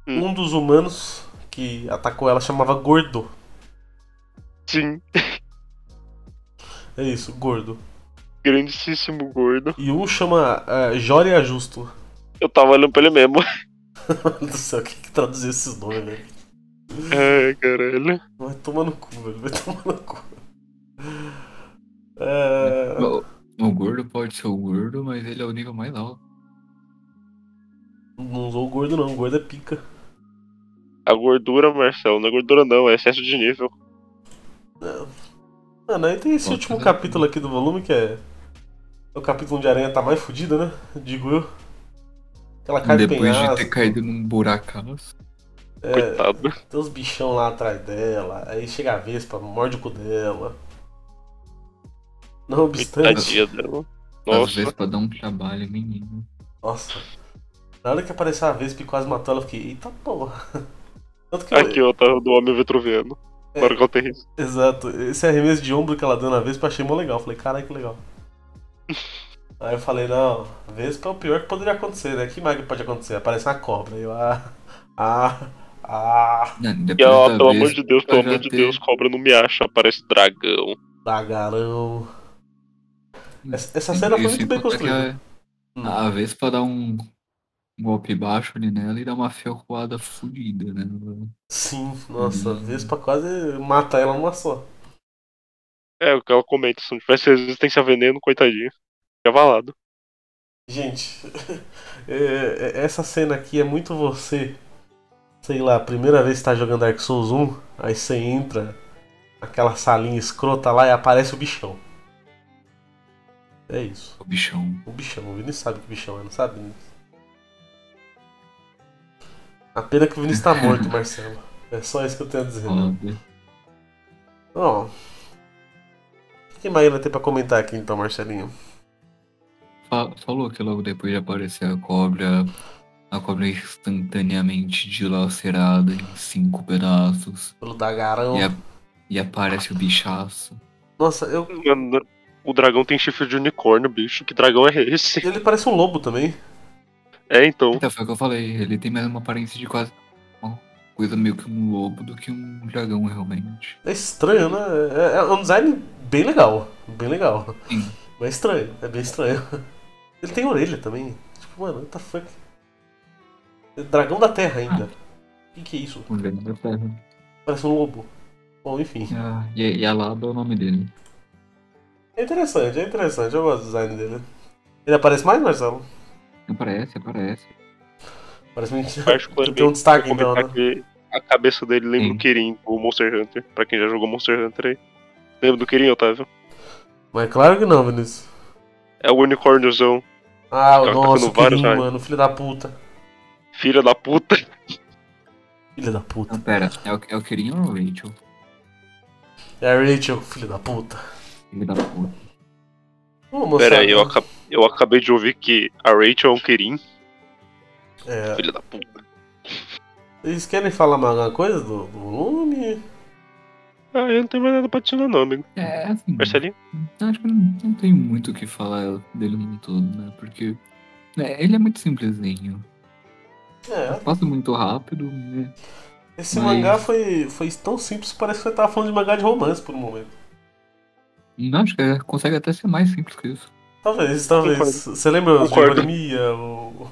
Hum. Um dos humanos que atacou ela chamava Gordo. Sim, É isso, Gordo. grandíssimo gordo. E um chama é, Jória Justo. [LAUGHS] Eu tava olhando pra ele mesmo. [LAUGHS] Mano do céu, quem que traduziu esses nomes, velho? Ai, caralho. Vai tomar no cu, velho. Vai tomar no cu. É... O, o gordo pode ser o gordo, mas ele é o nível mais alto. Não usou o gordo, não. O gordo é pica. A gordura, Marcelo, não é gordura não, é excesso de nível. Mano, aí tem esse Pô, último tá capítulo aqui do volume que é. O capítulo onde a aranha tá mais fodida, né? Digo eu. Ela cai do Depois de penhasco. ter caído num buracaço. é, Coitado. Tem uns bichão lá atrás dela, aí chega a vespa, morde o cu dela. Não obstante. Tadinha dela. Às tá- Nossa, vezes pra dar um trabalho, menino. Nossa. Na hora que apareceu a Vespa e quase matou ela, eu fiquei, eita porra. [LAUGHS] Tanto que eu- Aqui, ó, tá do homem vitruviano. É. Na hora que ela tem isso. Exato, esse arremesso de ombro que ela deu na Vespa eu achei mó legal. Eu Falei, caralho, que legal. Aí eu falei, não, a Vespa é o pior que poderia acontecer, né? Que mais que pode acontecer? Aparece uma cobra. Aí eu, ah, ah, ah, Não, E depois ela, da pelo vez- amor de Deus, pelo eu já amor de ter- Deus, cobra não me acha, aparece dragão. bagarão. Essa, essa cena foi muito Isso, sem bem contar que construída. A, a Vespa dá um um golpe baixo ali nela e dá uma ferroada fodida, né? Sim, nossa, a Hum. Vespa quase mata ela numa só. É o que ela comenta, se não tivesse resistência a veneno, coitadinho. Fica avalado. Gente, [LAUGHS] é, é- essa cena aqui é muito você. Sei lá, primeira vez que tá jogando Dark Souls 1, aí você entra naquela salinha escrota lá e aparece o bichão. É isso. O bichão. O bichão, o Vinícius sabe que bichão é, não sabe, Vinícius? A pena que o Vinícius tá morto, Marcelo. É só isso que eu tenho a dizer. né? foda. Bom. O que mais vai ter pra comentar aqui então, Marcelinho? Fa- Falou que logo depois de aparecer a cobra, a cobra é instantaneamente dilacerada em cinco pedaços. Pelo Dagarão. E, a- e aparece o bichaço. Nossa, eu Mano, o dragão tem chifre de unicórnio, bicho. Que dragão é esse? Ele parece um lobo também. É, [LAUGHS] então. Então foi o que eu falei, ele tem mais uma aparência de quase uma coisa meio que um lobo do que um dragão realmente. É estranho, né? É, é um design bem legal. Bem legal. Sim. Mas é estranho, é bem estranho. [LAUGHS] Ele tem orelha também. Tipo, mano, what the fuck? É dragão da terra ainda. Ah. O que, que é isso? Um dragão da terra. Parece um lobo. Bom, enfim. Ah, E, e a Laba é o nome dele. É interessante, é interessante. Eu gosto do design dele. Ele aparece mais, Marcelo? Aparece, aparece. Parece mentira. Particularmente, Tem um destaque vou então, comentar né? que a cabeça dele lembra Sim. o Kirin, o Monster Hunter. Pra quem já jogou Monster Hunter aí. Lembra do Kirin, Otávio? Mas claro que não, Vinícius. É o unicórniozão. Ah, Tá nossa, tocando o Kirin, vários, né? mano. Filho da puta. Filha da puta. Filho da puta. Não, pera, é o, é o Kirin ou é o Rachel? É a Rachel, filho da puta. Filho da puta. Ô, moçada. é Pera aí, eu, aca- eu acabei de ouvir que a Rachel é um Kirin. É, Filha da puta. Vocês querem falar mais alguma coisa do, do volume? Ah, eu não tenho mais nada pra te não, amigo. É, assim. Marcelinho? Eu Acho que não, não tem muito o que falar dele no todo, né? Porque né, ele é muito simplesinho. É, Passa muito rápido, né? esse Mas- mangá foi, foi tão simples que parece que você tava falando de mangá de romance por um momento. Não, acho que é- consegue até ser mais simples que isso. Talvez, talvez. Concordo. Você lembra os de Concordo. economia ou,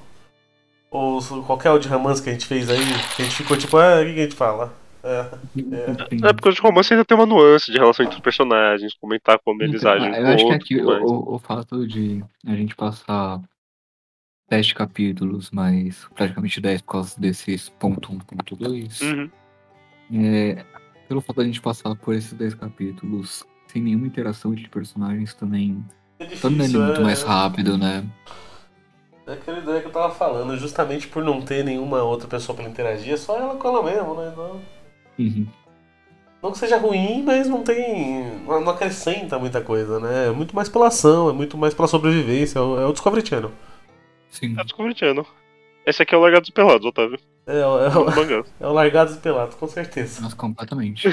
ou os- qualquer outro de romance que a gente fez aí? Que a gente ficou tipo, ah, o que que a gente fala? É, Tem- É porque os romances ainda tem uma nuance de relação entre os personagens, comentar como eles Então, agem. Eu com acho que outros, aqui mas- o, o- o fato de a gente passar sete capítulos, mas praticamente 10 por causa desses ponto 1, ponto 2, Uhum. é, pelo fato da gente passar por esses 10 capítulos sem nenhuma interação de personagens também, é difícil, torna ele muito é, mais rápido, né? É aquela ideia que eu tava falando, justamente por não ter nenhuma outra pessoa pra interagir, é só ela com ela mesmo, né? Não, Uhum. Não que seja ruim, mas não tem. Não não acrescenta muita coisa, né? É muito mais pela ação, é muito mais pela sobrevivência. É o é o Discovery Channel. Sim. Tá descobrindo. Esse aqui é o Largado dos Pelados, Otávio. É, o- é, É um o- mangá. é o Largados e Pelados, com certeza. Nossa, completamente.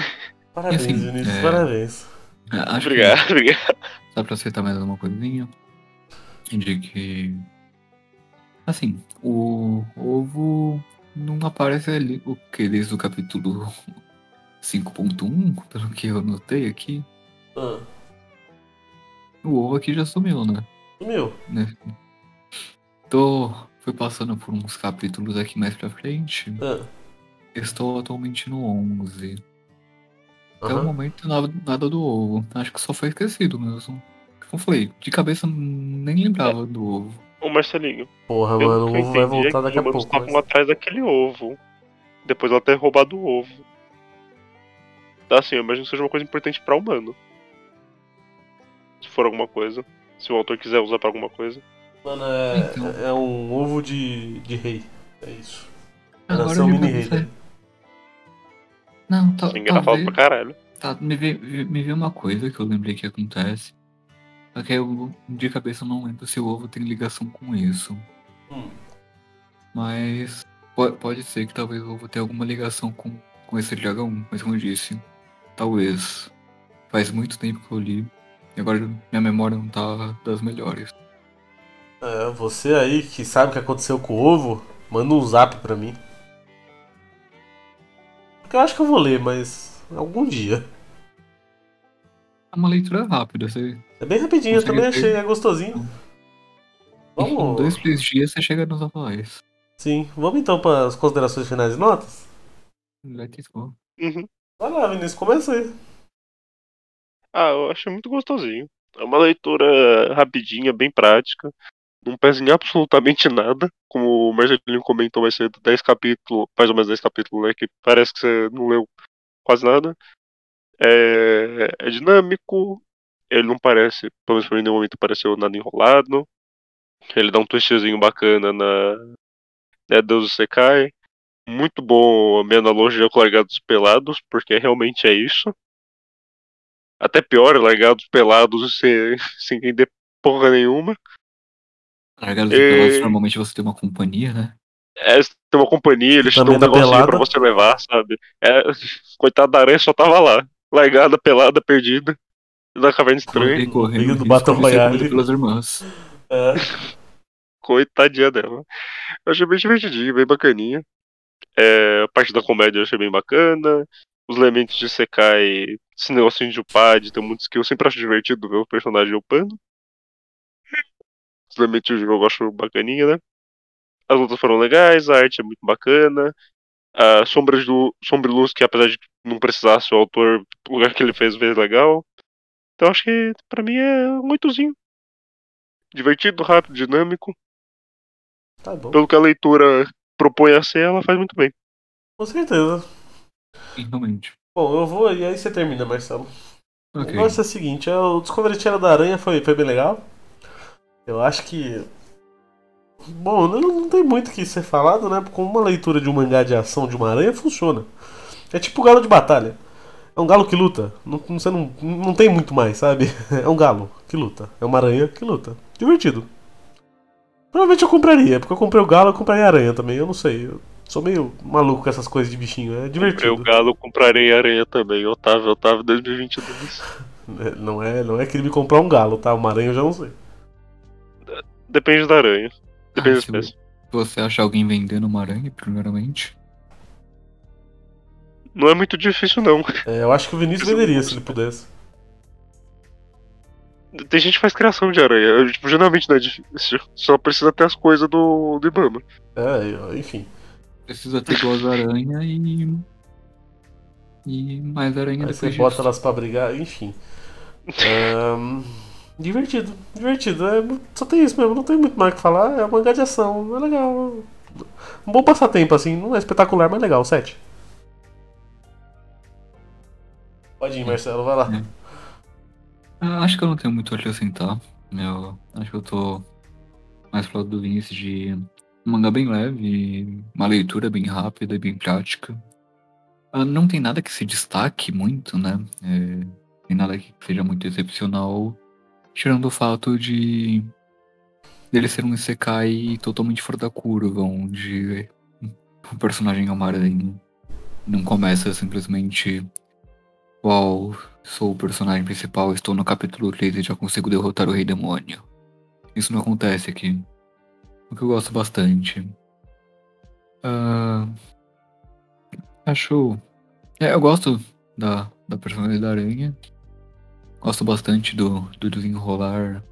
Parabéns, assim, Vinícius, é- parabéns. Acho que [LAUGHS] Obrigado, [LAUGHS] obrigado. Dá pra aceitar mais alguma coisinha? De que. Assim, o ovo não aparece ali o que desde o capítulo 5.1, pelo que eu notei aqui. Ah, O ovo aqui já sumiu, né? sumiu. Tô. Fui passando por uns capítulos aqui mais pra frente. Ah, Estou atualmente no 11. Até o aham. momento nada, nada do ovo. Acho que só foi esquecido mesmo. Como eu falei, de cabeça nem É. lembrava do ovo. Ô Marcelinho, Porra, pelo mano, que o eu ovo vai entendi, voltar é que daqui a os humanos pouco. tá estavam mas- atrás daquele ovo. Depois ela ter roubado o ovo. Tá assim, eu imagino que seja uma coisa importante pra humano. Se for alguma coisa. Se o autor quiser usar pra alguma coisa. Mano, é, Então. é um ovo de, de rei. É isso. Vai Agora nascer um eu mini digo rei. pra dele. você. Não, tá, Engraçado pra talvez, caralho. tá, me, veio, me veio uma coisa que eu lembrei que acontece. Só que eu de cabeça eu não lembro se o ovo tem ligação com isso. Hum. Mas po- pode ser que talvez eu vou ter alguma ligação com, com esse dragão, mas como eu disse, talvez. Faz muito tempo que eu li. E agora minha memória não tá das melhores. É, você aí que sabe o que aconteceu com o ovo, manda um zap pra mim. Porque eu acho que eu vou ler, mas algum dia. É uma leitura rápida, você. É bem rapidinho, eu Consegue também ter- achei, é gostosinho. Em dois, Vamos. três dias você chega nos avais. Sim, vamos então para as considerações finais e notas? Let's go. Uhum. Vai lá, Vinícius, começa aí. Ah, eu achei muito gostosinho. É uma leitura rapidinha, bem prática. Não pesa em absolutamente nada. Como o Marcelinho comentou mais cedo, 10 capítulos, mais ou menos 10 capítulos, né? Que parece que você não leu quase nada. É, é dinâmico. Ele não parece, pelo menos pra mim, em nenhum momento pareceu nada enrolado. Ele dá um twistzinho bacana na. Né, Deus você cai. Muito bom a minha analogia com Largados Pelados, porque realmente é isso. Até pior, largados pelados sem, [LAUGHS] sem entender porra nenhuma. Largados É. e pelados, normalmente você tem uma companhia, né? É, você tem uma companhia, eles dão Também um da negocinho pelada. pra você levar, sabe? É, [LAUGHS] coitada da aranha só tava lá. Largada, pelada, perdida. Na caverna estranha. Correndo, correndo Amigo do risco Battle de ser comida Royale. pelas irmãs. É, Coitadinha dela. Eu achei bem divertidinho, bem bacaninha. É, a parte da comédia eu achei bem bacana. Os elementos de Sekai, esse negocinho de upar, de ter muito skill, eu sempre acho divertido ver o personagem upando. Os elementos de jogo eu acho bacaninha, né? As lutas foram legais, a arte é muito bacana. A Sombras do Sombra e Luz, que apesar de não precisasse o autor, o lugar que ele fez fez legal. Então acho que pra mim é um oitozinho. Divertido, rápido, dinâmico tá bom. pelo que a leitura propõe a ser, ela faz muito bem. Com certeza. Sim, realmente. Bom, eu vou e aí você termina, Marcelo. Ok. O lance é o seguinte, é, o Discovery Channel da Aranha foi, foi bem legal. Eu acho que. Bom, não, não tem muito o que ser falado, né? Como uma leitura de um mangá de ação de uma aranha funciona. É tipo o galo de batalha. É um galo que luta. Não, não- você não, não tem muito mais, sabe? [LAUGHS] É um galo que luta. É uma aranha que luta. Divertido. Provavelmente eu compraria, porque eu comprei o galo, eu compraria a aranha também. Eu não sei. Eu sou meio maluco com essas coisas de bichinho. É divertido. Eu, Galo, eu comprarei aranha também. Otávio, Otávio 2022. Né, Não é, não é crime comprar um galo, tá? Uma aranha eu já não sei. Depende da aranha. Depende Ah, da sim. espécie. Se você achar alguém vendendo uma aranha, primeiramente. Não é muito difícil, não. É, eu acho que o Vinícius Esse venderia é um se ele pudesse. Tem gente que faz criação de aranha. Eu, tipo, geralmente não é difícil. Só precisa ter as coisas do, do Ibama. É, eu- enfim. Precisa ter duas aranhas e. E mais aranha Aí você depois bota disso. elas pra brigar, enfim. Ahn, divertido, divertido. É, só tem isso mesmo, não tem muito mais o que falar. É uma mangá de ação, é legal. Um bom passatempo, assim. Não é espetacular, mas legal. Sete. Pode ir, Marcelo, vai lá. Ah, Acho que eu não tenho muito a acrescentar. Eu acho que eu tô mais pro lado do Vinicius de um mangá bem leve, uma leitura bem rápida e bem prática. Ah, Não tem nada que se destaque muito, né? É, tem nada que seja muito excepcional, tirando o fato de dele ser um Isekai totalmente fora da curva, onde o personagem é uma aranha. Não começa simplesmente qual Sou o personagem principal, estou no capítulo 3 e já consigo derrotar o Rei Demônio. Isso não acontece aqui. O que eu gosto bastante. Ah, acho. É, eu gosto da, da personagem da aranha. Gosto bastante do, do desenrolar.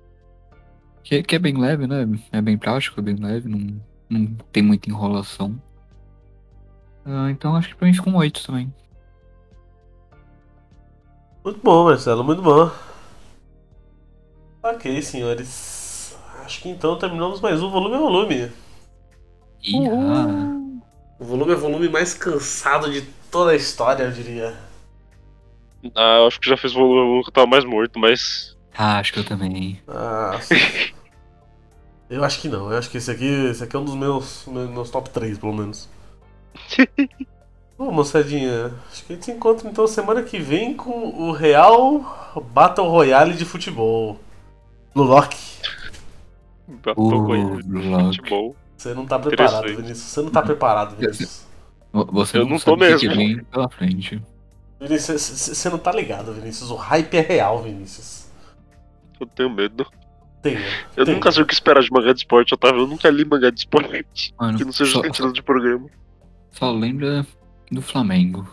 Que, que é bem leve, né? É bem prático, é bem leve, não, não tem muita enrolação. Ah, então acho que pra mim fica um 8 também. Muito bom, Marcelo, muito bom. Ok, senhores. Acho que então terminamos mais um volume a volume. Ih, ah. O volume é o volume mais cansado de toda a história, eu diria. Ah, eu acho que já fiz volume que eu tava mais morto, mas. Ah, acho que eu também. Nossa. eu acho que não, eu acho que esse aqui, esse aqui é um dos meus, meus, meus top 3, pelo menos. Bom, moçadinha, acho que a gente se encontra então semana que vem com o Real Battle Royale de futebol. No Loki. Bateu Uh, coisa de Loki. futebol. Você não tá preparado, Interessante. Vinícius. Você não tá preparado, Vinícius. Vo- Você Eu não, não tô sabe o que que mesmo. vem pela frente. Vinícius, c- c- você não tá ligado, Vinícius. O hype é real, Vinícius. Eu tenho medo. Tenha. Eu tenha. nunca sei o que esperar de mangá de esporte, Otávio. Eu nunca li mangá de esporte. Mano, Que não seja só, sentido de programa. só lembra do Flamengo.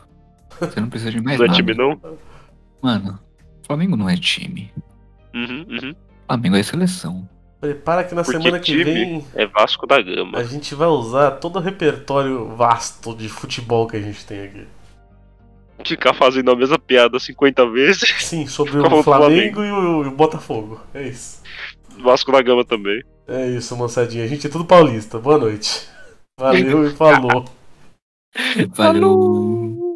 Você não precisa de mais Não é nada. time, não? Mano, Flamengo não é time. Uhum, uhum. Flamengo é seleção. Prepara que na Porque semana que time- vem É Vasco da a Gama. gente vai usar todo o repertório vasto de futebol que a gente tem aqui. Ficar fazendo a mesma piada 50 vezes. [LAUGHS] Sim, sobre Fica o bom pro Flamengo e o, e o Botafogo. É isso. Vasco da Gama também. É isso, moçadinha. A gente é tudo paulista. Boa noite. Valeu e falou. Valeu!